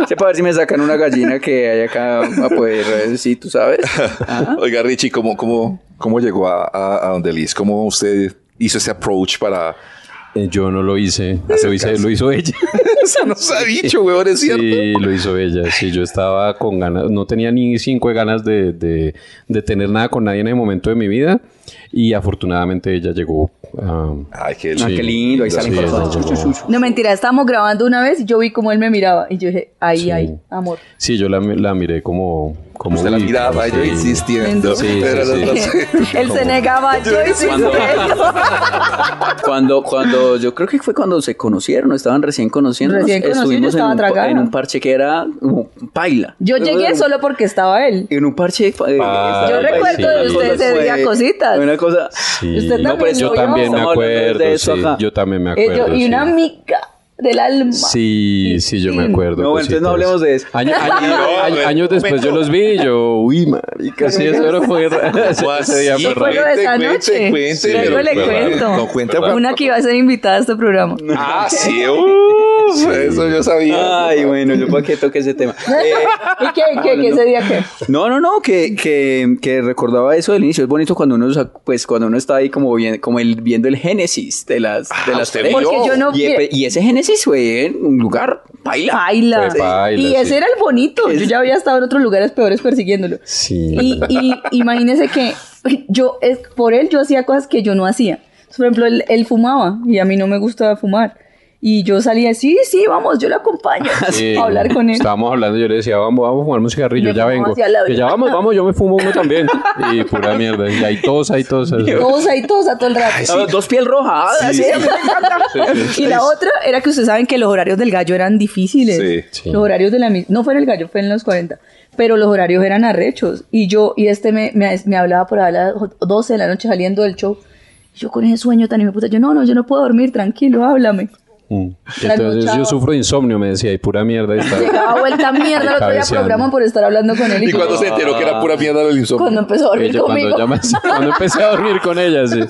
Speaker 5: Sí, para ver si me sacan una gallina que hay acá a poder, eh, sí, tú sabes. Ah, Ajá.
Speaker 1: Oiga, Richie, ¿cómo, cómo, cómo llegó a, a, a donde Liz? ¿Cómo usted hizo ese approach para...?
Speaker 3: Eh, Yo no lo hice, lo, hice lo hizo ella.
Speaker 1: Eso nos ha dicho, huevón, es cierto.
Speaker 3: Sí, lo hizo ella. Sí, yo estaba con ganas, no tenía ni cinco de ganas de, de- de tener nada con nadie en el momento de mi vida. Y afortunadamente ella llegó. ah,
Speaker 1: Ay, qué,
Speaker 5: Ah, qué lindo, ahí salen
Speaker 3: Sí,
Speaker 5: corazones.
Speaker 3: sí,
Speaker 5: Chu, chu, chu, chu.
Speaker 4: No, mentira, estábamos grabando una vez y yo vi cómo él me miraba. Y yo dije, ahí,
Speaker 3: Sí.
Speaker 4: ahí, amor.
Speaker 3: sí, yo la, la miré como. como
Speaker 1: Usted la
Speaker 3: uy,
Speaker 1: miraba,
Speaker 3: sí.
Speaker 1: yo insistiendo.
Speaker 3: Sí, sí,
Speaker 1: pero
Speaker 3: sí.
Speaker 1: no sé.
Speaker 4: él se negaba, yo hice
Speaker 5: Cuando-
Speaker 4: eso.
Speaker 5: Cuando, cuando, yo creo que fue cuando se conocieron, estaban recién conociendo.
Speaker 4: Recién conocidos,
Speaker 5: Estuvimos
Speaker 4: yo
Speaker 5: en
Speaker 4: estaba
Speaker 5: un, pa-
Speaker 4: tragada.
Speaker 5: en un parche que era como paila.
Speaker 4: Yo llegué solo porque estaba él.
Speaker 5: En un parche. eh,
Speaker 3: Ah,
Speaker 5: estaba
Speaker 4: Yo
Speaker 5: paila.
Speaker 4: recuerdo
Speaker 3: de
Speaker 5: Una
Speaker 3: usted
Speaker 5: cosa
Speaker 4: ese día
Speaker 5: fue-
Speaker 4: cositas.
Speaker 5: Una cosa.
Speaker 3: Sí.
Speaker 4: Usted
Speaker 3: No, pero
Speaker 4: también
Speaker 3: yo
Speaker 4: lo
Speaker 3: también
Speaker 4: vio.
Speaker 3: me
Speaker 5: Estamos hablando
Speaker 3: acuerdo.
Speaker 5: de eso,
Speaker 3: sí,
Speaker 5: ajá.
Speaker 3: yo también me
Speaker 4: Eh, yo-
Speaker 3: acuerdo.
Speaker 4: y una
Speaker 3: sí.
Speaker 4: mica del alma.
Speaker 3: Sí, sí, yo me acuerdo.
Speaker 5: No, bueno, entonces no
Speaker 3: cositas.
Speaker 5: hablemos de eso.
Speaker 3: Año- año-
Speaker 1: No,
Speaker 3: año-
Speaker 1: no,
Speaker 3: años después yo los vi y yo, uy, marica, sí, eso era fue.
Speaker 1: ¿Cómo
Speaker 3: ese día
Speaker 1: así?
Speaker 3: fue
Speaker 4: Fue
Speaker 3: raro.
Speaker 4: lo de esa
Speaker 1: Cuente,
Speaker 4: noche.
Speaker 1: cuente, cuente,
Speaker 4: Luego
Speaker 1: pero-
Speaker 4: le
Speaker 1: pero-
Speaker 4: cuento.
Speaker 1: no, cuenta, pero-
Speaker 4: Una que iba a ser invitada a este programa.
Speaker 1: Ah, sí, uh, eso yo sabía.
Speaker 5: Ay, bueno, yo para qué toque ese tema. Eh,
Speaker 4: ¿Y qué, qué, qué, ese día qué?
Speaker 5: No, no, no, que, que, que recordaba eso del inicio. Es bonito cuando uno, sa- pues, cuando uno está ahí como, bien, como el, viendo el génesis de las, de
Speaker 1: Ah,
Speaker 5: las
Speaker 1: usted
Speaker 5: parejas.
Speaker 1: vio.
Speaker 4: Porque yo no-
Speaker 5: y, e- y ese génesis fue en un lugar paila.
Speaker 4: Baila.
Speaker 3: Fue baila,
Speaker 4: y
Speaker 3: sí.
Speaker 4: ese era el bonito. Yo ya había estado en otros lugares peores persiguiéndolo.
Speaker 3: Sí.
Speaker 4: Y, y imagínese que yo, es- por él, yo hacía cosas que yo no hacía. Por ejemplo, él, él fumaba y a mí no me gusta fumar. Y yo salía, sí, sí, vamos, yo lo acompaño
Speaker 3: Sí,
Speaker 4: a hablar con él.
Speaker 3: Estábamos hablando, yo le decía, vamos, vamos a fumar un cigarrillo,
Speaker 4: Me
Speaker 3: ya
Speaker 4: fumo
Speaker 3: vengo.
Speaker 4: hacia la
Speaker 3: Y ya
Speaker 4: orilla.
Speaker 3: vamos, vamos, yo me fumo uno también. Y pura mierda. Y hay tos, hay tos.
Speaker 4: Todos ahí, todos a todo el rato.
Speaker 5: Ah, Dos piel roja. ah, sí.
Speaker 4: Y la otra era que ustedes saben que los horarios del gallo eran difíciles.
Speaker 1: Sí.
Speaker 3: Sí.
Speaker 4: Los horarios de la mis- No fue en el gallo, fue en los 40. Pero los horarios eran arrechos. Y yo, y este me, me, me hablaba por ahí a las 12 de la noche saliendo del show. Y yo con ese sueño tan hijo de puta, yo no, no, yo no puedo dormir, tranquilo, háblame.
Speaker 3: Mm. Entonces yo
Speaker 4: trasnochado.
Speaker 3: sufro de insomnio, me decía, y pura mierda. y tal.
Speaker 4: Llegaba vuelta mierda al otro día al
Speaker 3: Cabeceando.
Speaker 4: programa por estar hablando con él.
Speaker 1: Y
Speaker 4: yo-
Speaker 1: cuando se enteró que era pura mierda del insomnio.
Speaker 4: cuando empezó a dormir
Speaker 3: Ella,
Speaker 4: conmigo.
Speaker 3: cuando, ya me- cuando empecé a dormir con ella, sí.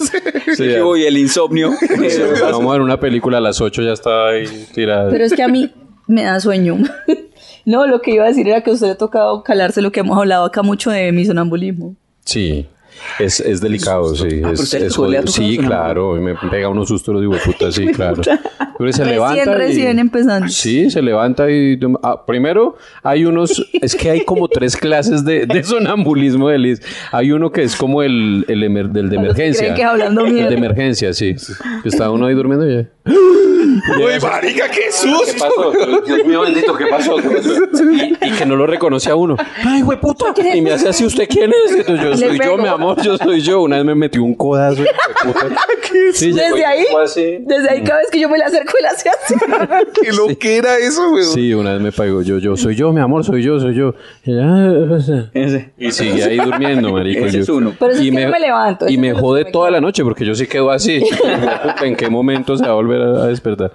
Speaker 3: Sí, ya.
Speaker 5: Y uy, el insomnio.
Speaker 3: Vamos a ver una película a las 8, ya estaba ahí tirada.
Speaker 4: Pero es que a mí me da sueño. No, lo que iba a decir era que a usted le ha tocado calarse lo que hemos hablado acá mucho de mi sonambulismo.
Speaker 3: Sí. Es, es delicado, sí.
Speaker 5: Ah,
Speaker 3: es-
Speaker 5: pero usted
Speaker 3: es
Speaker 5: le tocó, le ha
Speaker 3: jodido.
Speaker 5: tocado
Speaker 3: sí,
Speaker 5: su enamorado.
Speaker 3: claro. y Me pega unos sustos los digo, puta, sí, claro. Pero se
Speaker 4: Recién,
Speaker 3: levanta. y-
Speaker 4: recién empezando.
Speaker 3: Sí, se levanta y. ah, primero, hay unos. Es que hay como tres clases de, de sonambulismo de Liz. Hay uno que es como el, el emer- del de
Speaker 4: A los que
Speaker 3: emergencia.
Speaker 4: creen que hablando
Speaker 3: el de
Speaker 4: mierda.
Speaker 3: emergencia, sí. Está uno ahí durmiendo y ya.
Speaker 1: Uy, marica, qué susto.
Speaker 3: Dios mío bendito, ¿qué pasó? Y, y que no lo reconoce a uno. Ay, güey, puta. Y me hace así, ¿usted quién es? Entonces, yo
Speaker 4: Le
Speaker 3: soy yo,
Speaker 4: pego.
Speaker 3: mi amor, yo soy yo. Una vez me metió un codazo. hijueputa. Sí, ya-
Speaker 4: Desde ahí,
Speaker 3: fue así.
Speaker 4: desde ahí cada vez que yo me le acerco, él hace así.
Speaker 1: Qué loquera eso, güey.
Speaker 3: Sí, una vez me pagó yo, yo, soy yo, mi amor, soy yo, soy yo. Y, ya,
Speaker 5: Ese.
Speaker 3: y sigue ahí durmiendo, marico.
Speaker 5: Ese
Speaker 3: yo.
Speaker 5: es uno.
Speaker 4: Pero eso es que no me levanto,
Speaker 3: Y
Speaker 4: eso
Speaker 3: me
Speaker 4: es lo que
Speaker 3: jode
Speaker 4: me
Speaker 3: toda
Speaker 4: queda.
Speaker 3: la noche porque yo sí quedo así. Puta, ¿En qué momento se va a volver a, a despertar?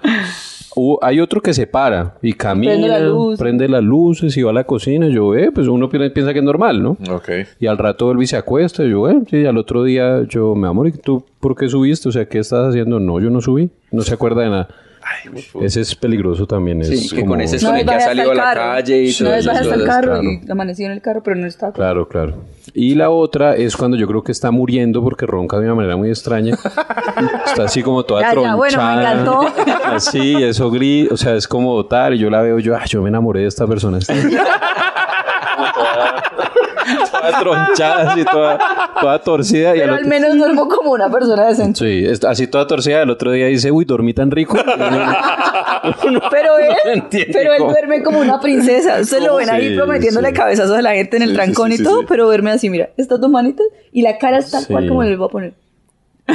Speaker 3: Hubo- hay otro que se para y camina, prende,
Speaker 4: Prende la luz.
Speaker 3: las luces y va a la cocina. Yo, eh, pues uno pi- piensa que es normal, ¿no?
Speaker 1: Ok.
Speaker 3: Y al rato vuelve y se acuesta. Yo, bueno, sí, al otro día, yo, mi amor, ¿y tú por qué subiste? O sea, ¿qué estás haciendo? No, yo no subí. No se acuerda de nada. ese es peligroso también. Es
Speaker 5: Sí, que
Speaker 3: como-
Speaker 5: con ese
Speaker 4: No
Speaker 5: Con el
Speaker 4: vez
Speaker 5: que ha
Speaker 4: bajé hasta
Speaker 5: salido
Speaker 4: el
Speaker 5: a la
Speaker 4: carro.
Speaker 5: calle y
Speaker 4: No
Speaker 5: todo
Speaker 4: vez
Speaker 5: eso,
Speaker 4: bajé hasta el
Speaker 3: todo eso,
Speaker 4: carro
Speaker 3: claro.
Speaker 4: y amanecí en el carro, pero no estaba.
Speaker 3: Claro, claro. Y la otra es cuando yo creo que está muriendo porque ronca de una manera muy extraña. está así como toda
Speaker 4: Ya, ya,
Speaker 3: tronchada.
Speaker 4: bueno, me encantó.
Speaker 3: Así, eso gris, o sea, es como tal. Y yo la veo, yo, ah, yo me enamoré de esta persona. Está como toda, toda tronchada, así toda, toda torcida. y al
Speaker 4: Pero al
Speaker 3: otro-
Speaker 4: menos duermo como una persona decente.
Speaker 3: Sí, es- así toda torcida. El otro día dice, uy, dormí tan rico.
Speaker 4: Pero él,
Speaker 3: no entiende
Speaker 4: pero él
Speaker 3: cómo.
Speaker 4: duerme como una princesa. Ustedes lo ven ahí
Speaker 3: Sí,
Speaker 4: prometiéndole
Speaker 3: sí.
Speaker 4: cabezazos a la gente en el
Speaker 1: Sí, sí,
Speaker 4: trancón
Speaker 1: sí, sí,
Speaker 4: y todo,
Speaker 1: sí.
Speaker 4: pero duerme así, mira, estas dos manitas y la cara es tal
Speaker 3: Sí.
Speaker 4: cual como le va a poner.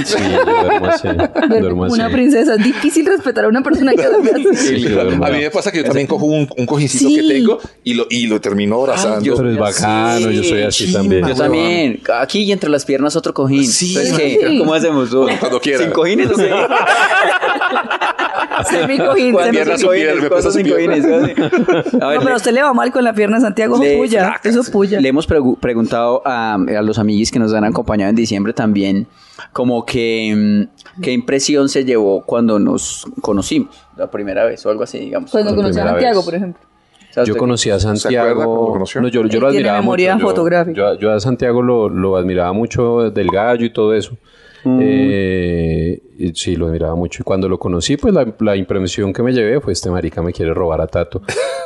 Speaker 3: Sí, yo duermo así.
Speaker 4: Duerme
Speaker 3: Duermo
Speaker 4: como
Speaker 3: así.
Speaker 4: una princesa. Es difícil respetar a una persona que duerme así.
Speaker 3: Sí, yo duermo
Speaker 1: a mí me pasa que yo también cojo un, un cojincito
Speaker 4: Sí.
Speaker 1: que tengo y lo, y lo termino abrazando.
Speaker 5: yo-
Speaker 3: Pero es bacano, yo soy así
Speaker 1: Sí,
Speaker 3: también.
Speaker 1: yo
Speaker 5: Yo también. Aquí y entre las piernas otro cojín.
Speaker 1: Sí.
Speaker 5: Entonces, ¿qué? ¿Cómo hacemos?
Speaker 1: Cuando quiera.
Speaker 5: ¿Sin cojines o sí?
Speaker 4: Se me cojín, se
Speaker 5: ¿Cuántos
Speaker 4: me
Speaker 1: pierna
Speaker 4: cojín.
Speaker 1: su piel, me
Speaker 5: ¿Cuántos
Speaker 1: pesa su
Speaker 5: sin
Speaker 1: piel.
Speaker 5: cojines? A
Speaker 4: No,
Speaker 5: ver,
Speaker 4: pero a
Speaker 5: le-
Speaker 4: usted le va mal con la pierna, Santiago. Eso
Speaker 5: Le-
Speaker 4: es puya. Eso es puya.
Speaker 5: Le hemos pregu- preguntado a, a los amiguis que nos han acompañado en diciembre también, como que mm, qué impresión se llevó cuando nos conocimos la primera vez o algo así, digamos.
Speaker 4: Cuando
Speaker 3: Por
Speaker 4: conocí a
Speaker 3: primera
Speaker 4: Santiago,
Speaker 3: vez.
Speaker 4: por ejemplo.
Speaker 5: O sea,
Speaker 3: Yo
Speaker 5: usted-
Speaker 3: conocí a
Speaker 1: acuerda cuando lo
Speaker 3: Santiago.
Speaker 1: conoció?
Speaker 3: No, yo, yo
Speaker 4: Él
Speaker 3: lo
Speaker 4: tiene
Speaker 3: admiraba
Speaker 4: memoria
Speaker 3: mucho. Yo-
Speaker 4: fotográfica.
Speaker 3: Yo, yo a Santiago lo, lo admiraba mucho del gallo y todo eso.
Speaker 1: Mm.
Speaker 3: Eh, y sí, lo admiraba mucho. Y cuando lo conocí, pues la, la impresión que me llevé fue: este marica me quiere robar a Tato.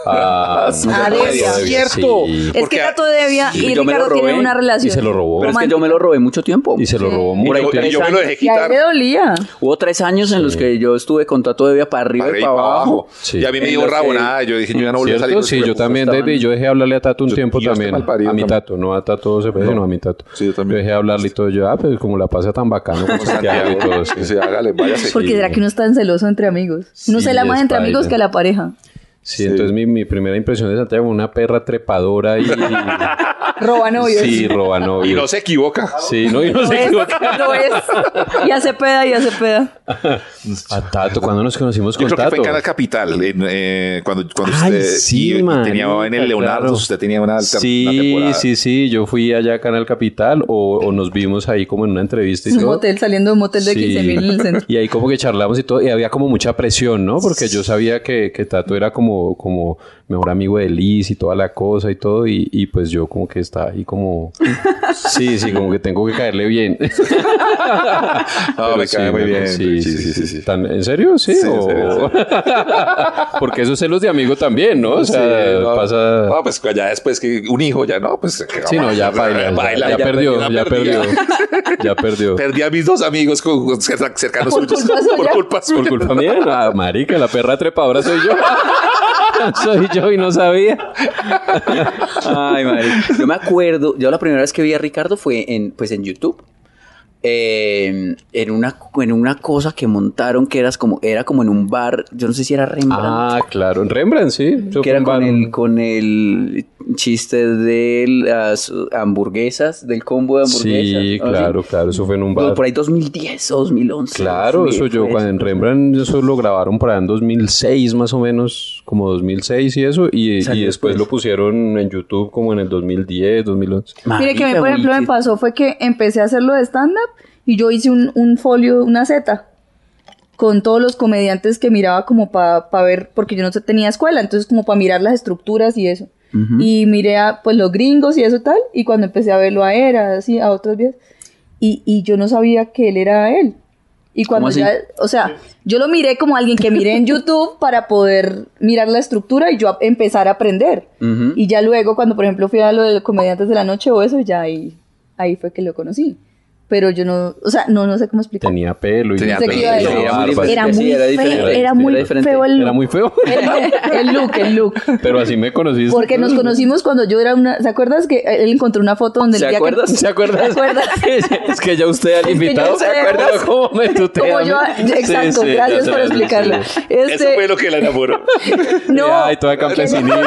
Speaker 3: Ah,
Speaker 4: Ah,
Speaker 3: no,
Speaker 4: es
Speaker 3: todavía,
Speaker 1: cierto.
Speaker 3: sí.
Speaker 4: Es
Speaker 1: Porque-
Speaker 4: que Tato Devia y
Speaker 5: yo me lo
Speaker 4: Ricardo
Speaker 5: robé
Speaker 4: tienen una relación.
Speaker 3: y se lo robó.
Speaker 5: Pero es que
Speaker 4: romántica.
Speaker 5: yo me lo robé mucho tiempo.
Speaker 3: Y se lo robó
Speaker 1: Y
Speaker 3: mucho.
Speaker 5: ahí
Speaker 1: yo,
Speaker 5: tres
Speaker 1: y yo me lo dejé
Speaker 4: Y a
Speaker 1: quitar.
Speaker 4: él le dolía.
Speaker 5: Hubo tres años en los que yo estuve con Tato de Vía para arriba
Speaker 1: Para
Speaker 5: y para abajo.
Speaker 3: Sí.
Speaker 1: Y a mí me
Speaker 5: En
Speaker 1: dio
Speaker 5: los que-
Speaker 1: rabonada. Yo dije, yo ya no volví a salir.
Speaker 3: ¿Cierto?
Speaker 1: con
Speaker 3: Sí,
Speaker 1: este
Speaker 3: yo
Speaker 1: hueputa.
Speaker 3: también,
Speaker 5: estaban-
Speaker 3: David. Yo dejé de hablarle a Tato un
Speaker 1: Yo-
Speaker 3: tiempo
Speaker 1: y a este
Speaker 3: también.
Speaker 1: malparido
Speaker 3: A mi
Speaker 1: también.
Speaker 3: Tato, no a Tato Cepeda, sino a mi Tato.
Speaker 1: Sí, yo también.
Speaker 3: Dejé de hablarle y todo. Yo, ah, pues como la pasa tan bacano con
Speaker 1: Con
Speaker 3: Santiago y todo.
Speaker 1: Santiago.
Speaker 3: sí.
Speaker 1: Sí, hágale, váyase.
Speaker 4: Porque será que uno es tan celoso entre amigos. Uno
Speaker 3: Sí,
Speaker 4: se la más
Speaker 3: es
Speaker 4: entre amigos
Speaker 3: paila.
Speaker 4: que a la pareja.
Speaker 3: Sí, entonces mi, mi primera impresión de Santiago, una perra trepadora y...
Speaker 4: Roba novios.
Speaker 3: sí, roba novios.
Speaker 1: Y no se equivoca.
Speaker 3: Sí, no, y no
Speaker 4: Lo
Speaker 3: se
Speaker 4: es,
Speaker 3: equivoca.
Speaker 4: lo es. Ya se peda, ya se peda.
Speaker 3: A Tato, cuando nos conocimos
Speaker 1: Yo
Speaker 3: con
Speaker 1: creo que fue
Speaker 3: Tato?
Speaker 1: en Canal Capital, en, eh, cuando, cuando
Speaker 3: Ay,
Speaker 1: usted
Speaker 3: sí,
Speaker 1: y- y
Speaker 3: marica,
Speaker 1: tenía en el Leonardo,
Speaker 3: claro.
Speaker 1: usted tenía una, alter- una
Speaker 3: Sí,
Speaker 1: temporada.
Speaker 3: sí, sí, yo fui allá a Canal Capital o, o nos vimos ahí como en una entrevista y
Speaker 4: Es un
Speaker 3: todo.
Speaker 4: motel, saliendo de un motel de
Speaker 3: Sí.
Speaker 4: 15 mil en el centro.
Speaker 3: Y ahí como que charlamos y todo, y había como mucha presión, ¿no? Porque yo sabía que, que Tato era como como, como mejor amigo de Liz y toda la cosa y todo. Y, y pues yo como que está ahí como... Sí, sí, como que tengo que caerle bien. Pero
Speaker 1: Ah, me cae muy
Speaker 3: me-
Speaker 1: bien,
Speaker 3: Sí,
Speaker 1: Richie,
Speaker 3: sí,
Speaker 1: sí,
Speaker 3: sí,
Speaker 1: sí.
Speaker 3: ¿Tan- ¿En serio? Sí.
Speaker 1: Sí, en
Speaker 3: o-
Speaker 1: serio,
Speaker 3: Porque esos celos de amigo también, ¿no? O sea,
Speaker 1: Sí, no.
Speaker 3: pasa...
Speaker 1: No, pues ya después que un hijo ya no, pues. que
Speaker 3: Sí, no, ya baila,
Speaker 1: baila,
Speaker 3: ya, perdió,
Speaker 1: perdí,
Speaker 3: ya
Speaker 1: perdí,
Speaker 3: perdió, ya perdió.
Speaker 1: Perdí a mis dos amigos con- con- cerca- cercanos
Speaker 4: Por
Speaker 1: suyos
Speaker 4: culpa suya.
Speaker 1: por culpa suya.
Speaker 3: Por culpa mía, la marica, la perra trepadora soy yo. soy yo y no sabía.
Speaker 5: Ay, madre. Yo me acuerdo, yo la primera vez que vi a Ricardo fue en, pues en YouTube. Eh, en, una, en una cosa que montaron que eras como, era como en un bar, yo no sé si era Rembrandt.
Speaker 3: Ah, claro, en Rembrandt, sí. Eso
Speaker 5: que
Speaker 3: fue
Speaker 5: era
Speaker 3: un
Speaker 5: con
Speaker 3: bar-
Speaker 5: el, con el chiste de las hamburguesas, del combo de hamburguesas.
Speaker 3: Sí,
Speaker 5: ¿no? Pues,
Speaker 3: claro, claro, eso fue en un bar.
Speaker 5: Por ahí pues. 2010 o 2011.
Speaker 3: Claro, eso yo cuando en Rembrandt eso lo grabaron para en 2006 más o menos, como 2006 y eso, y, y
Speaker 5: Salió
Speaker 3: después
Speaker 5: después.
Speaker 3: lo pusieron en YouTube como en el 2010, 2011.
Speaker 4: Mire, que a mí, por ejemplo, me pasó fue que empecé a hacerlo de stand-up y yo hice un, un folio, una seta, con todos los comediantes que miraba como para ver, porque yo no tenía escuela, entonces como para mirar las estructuras y eso. Y miré a pues los gringos y eso tal, y cuando empecé a verlo a él, así, a otros días, y, y yo no sabía que él era él. Y cuando
Speaker 5: ¿Cómo así?
Speaker 4: ya, o sea, yo lo miré como alguien que miré en YouTube para poder mirar la estructura y yo a- empezar a aprender.
Speaker 5: Ujú.
Speaker 4: Y ya luego, cuando por ejemplo fui a lo de los comediantes de la noche o eso, ya ahí, ahí fue que lo conocí. Pero yo no, o sea, no, no sé cómo explicar.
Speaker 3: Tenía pelo y
Speaker 1: Tenía
Speaker 4: No sé qué iba a
Speaker 1: pelo,
Speaker 4: decir.
Speaker 1: era
Speaker 3: barba.
Speaker 1: muy
Speaker 4: Era
Speaker 5: diferente, sí,
Speaker 4: muy
Speaker 5: era
Speaker 4: feo,
Speaker 5: diferente,
Speaker 4: era
Speaker 5: era
Speaker 4: muy
Speaker 5: diferente.
Speaker 4: feo el
Speaker 3: Era muy
Speaker 4: look.
Speaker 3: feo,
Speaker 4: El look, el look.
Speaker 3: pero así me conociste.
Speaker 4: Porque nos conocimos cuando yo era una. ¿Se acuerdas que eh, él encontró una foto donde
Speaker 5: ¿Se
Speaker 4: el día que-
Speaker 5: acuerdas?
Speaker 3: ¿Se acuerdas?
Speaker 4: ¿Te acuerdas?
Speaker 3: es que ya usted al
Speaker 4: Es que
Speaker 3: invitado,
Speaker 4: yo
Speaker 3: ¿se
Speaker 4: sé,
Speaker 3: acuerdas? ¿Cómo me tutea?
Speaker 4: Como yo, exacto, gracias por explicarlo.
Speaker 1: Eso
Speaker 4: Este,
Speaker 1: fue lo que la enamoró.
Speaker 4: no,
Speaker 3: Ay, toda campesinita.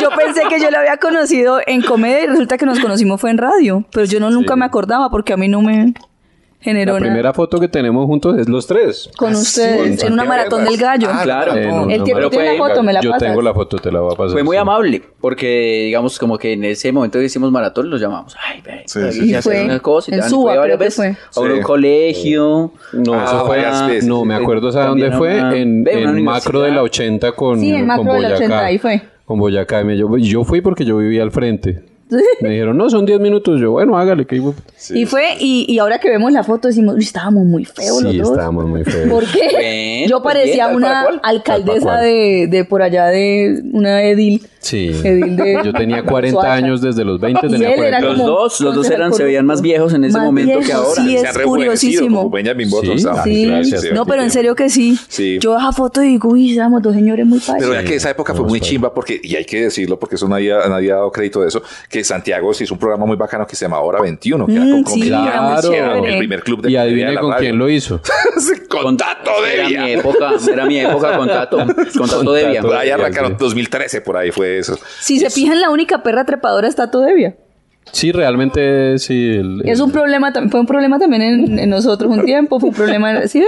Speaker 4: yo pensé que yo lo había conocido en comedia y resulta que nos conocimos fue en radio, pero yo no nunca me acordaba porque a mí no me
Speaker 3: sí.
Speaker 4: generó
Speaker 3: La
Speaker 4: nada.
Speaker 3: primera foto que tenemos juntos es los tres.
Speaker 4: con
Speaker 1: con
Speaker 4: ustedes en
Speaker 1: Santiago
Speaker 4: una maratón
Speaker 1: Herbas.
Speaker 4: del gallo.
Speaker 1: Ah,
Speaker 5: Claro.
Speaker 3: Eh,
Speaker 5: no,
Speaker 3: no,
Speaker 4: El
Speaker 3: no,
Speaker 4: que
Speaker 3: pero
Speaker 4: tú tienes
Speaker 5: fue-
Speaker 4: la foto, me la
Speaker 3: Yo
Speaker 4: pasas.
Speaker 3: tengo la foto, te la voy a pasar.
Speaker 5: Fue muy
Speaker 3: sí.
Speaker 5: amable, porque digamos como que en ese momento que hicimos maratón los llamamos. Ay, ve,
Speaker 1: Sí,
Speaker 5: ahí
Speaker 1: sí,
Speaker 5: se
Speaker 1: sí,
Speaker 5: hace
Speaker 4: sí.
Speaker 5: una cosa y
Speaker 4: En
Speaker 5: tal, y
Speaker 4: Suba,
Speaker 5: fue varias
Speaker 4: creo que
Speaker 5: veces
Speaker 1: fue.
Speaker 5: a
Speaker 1: Sí.
Speaker 5: un colegio.
Speaker 3: No,
Speaker 1: Ah,
Speaker 3: eso
Speaker 1: varias
Speaker 3: fue.
Speaker 1: veces,
Speaker 3: No,
Speaker 1: sí,
Speaker 3: me
Speaker 5: sí.
Speaker 3: acuerdo, ¿sabes dónde
Speaker 5: También a
Speaker 3: fue?
Speaker 5: una-
Speaker 3: En,
Speaker 5: Ve, una
Speaker 3: en macro
Speaker 5: universidad.
Speaker 3: de la 80 con,
Speaker 4: Sí, en
Speaker 3: con
Speaker 4: macro de la
Speaker 3: Boyacá.
Speaker 4: 80, ahí fue.
Speaker 3: Con Boyacá. Me- Yo, yo fui porque yo vivía al frente. Me dijeron, no, son 10 minutos. Yo, bueno, hágale. Que...
Speaker 4: y fue, y, y ahora que vemos la foto decimos, uy, estábamos muy feos
Speaker 3: Sí,
Speaker 4: los dos.
Speaker 3: estábamos muy feos.
Speaker 4: ¿Por qué?
Speaker 5: Bueno,
Speaker 4: Yo
Speaker 5: pues bien,
Speaker 4: parecía
Speaker 5: tal
Speaker 4: una
Speaker 5: para cual.
Speaker 3: Tal para
Speaker 4: alcaldesa
Speaker 3: cual.
Speaker 4: de, de por allá de una edil.
Speaker 3: Sí.
Speaker 4: Edil de-
Speaker 3: Yo tenía 40
Speaker 4: Soacha.
Speaker 3: años desde los 20.
Speaker 4: Y
Speaker 3: tenía
Speaker 4: él era
Speaker 3: 40.
Speaker 5: Los
Speaker 4: como-
Speaker 5: dos, los dos eran, se veían más viejos en ese
Speaker 4: Más
Speaker 5: momento que
Speaker 4: viejos,
Speaker 5: ahora.
Speaker 4: sí,
Speaker 1: Se
Speaker 4: es
Speaker 1: han rejuvenecido
Speaker 4: curiosísimo.
Speaker 1: como Benjamin Button,
Speaker 3: Sí,
Speaker 1: ¿sabes?
Speaker 4: Sí,
Speaker 3: gracias.
Speaker 4: no, pero en serio que sí.
Speaker 1: Sí.
Speaker 4: Yo esa foto y digo, uy, éramos dos señores muy padres.
Speaker 1: Pero ya que esa época fue
Speaker 3: no,
Speaker 1: muy
Speaker 3: está
Speaker 1: chimba porque, y hay que decirlo porque eso nadie, ha- nadie ha dado crédito de eso, que Santiago se hizo un programa muy bacano que se llama Hora 21, que era
Speaker 4: Mm,
Speaker 1: con
Speaker 4: sí,
Speaker 1: comediantes,
Speaker 4: era muy
Speaker 1: que era
Speaker 4: chévere.
Speaker 1: el primer club de
Speaker 3: Y
Speaker 1: comedia de
Speaker 3: adivine
Speaker 1: la
Speaker 3: con
Speaker 1: radio.
Speaker 3: quién lo hizo.
Speaker 1: con Tato
Speaker 5: Era mi
Speaker 1: Devia.
Speaker 5: época, era mi época con Tato, con Tato de Via.
Speaker 3: Tato.
Speaker 1: Por ahí
Speaker 3: Devia,
Speaker 1: arrancaron
Speaker 3: sí.
Speaker 1: 2013, por ahí fue eso.
Speaker 4: si se fijan, la única perra trepadora está todavía.
Speaker 3: Sí, realmente sí. el-
Speaker 4: Es un problema, tam- fue un problema también en, en nosotros un tiempo, fue un problema, ¿sí ve?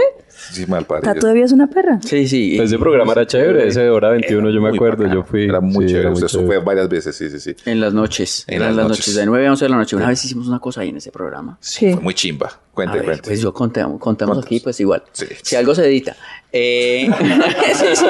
Speaker 1: Sí, mal parido.
Speaker 4: Está todavía es una perra.
Speaker 5: Sí, sí.
Speaker 3: pues, Ese programa era chévere, ese de hora 21, yo me
Speaker 1: Muy
Speaker 3: acuerdo,
Speaker 1: bacano.
Speaker 3: yo fui.
Speaker 1: Era muy
Speaker 3: sí,
Speaker 1: chévere.
Speaker 3: muy
Speaker 1: Usted
Speaker 3: chévere.
Speaker 1: fue varias veces, sí, sí, sí.
Speaker 5: En las noches.
Speaker 1: En
Speaker 5: eran
Speaker 1: las
Speaker 5: las
Speaker 1: noches.
Speaker 5: noches. De 9 a 11 de la noche. Una vez hicimos una cosa ahí en ese programa.
Speaker 4: Sí.
Speaker 1: Fue muy chimba.
Speaker 5: A
Speaker 1: Cuente,
Speaker 5: ver,
Speaker 1: cuente.
Speaker 5: pues yo conté, contamos
Speaker 1: Cuéntanos.
Speaker 5: aquí, pues igual.
Speaker 1: Ah, Sí.
Speaker 5: Si algo se edita. Eh, sí, sí.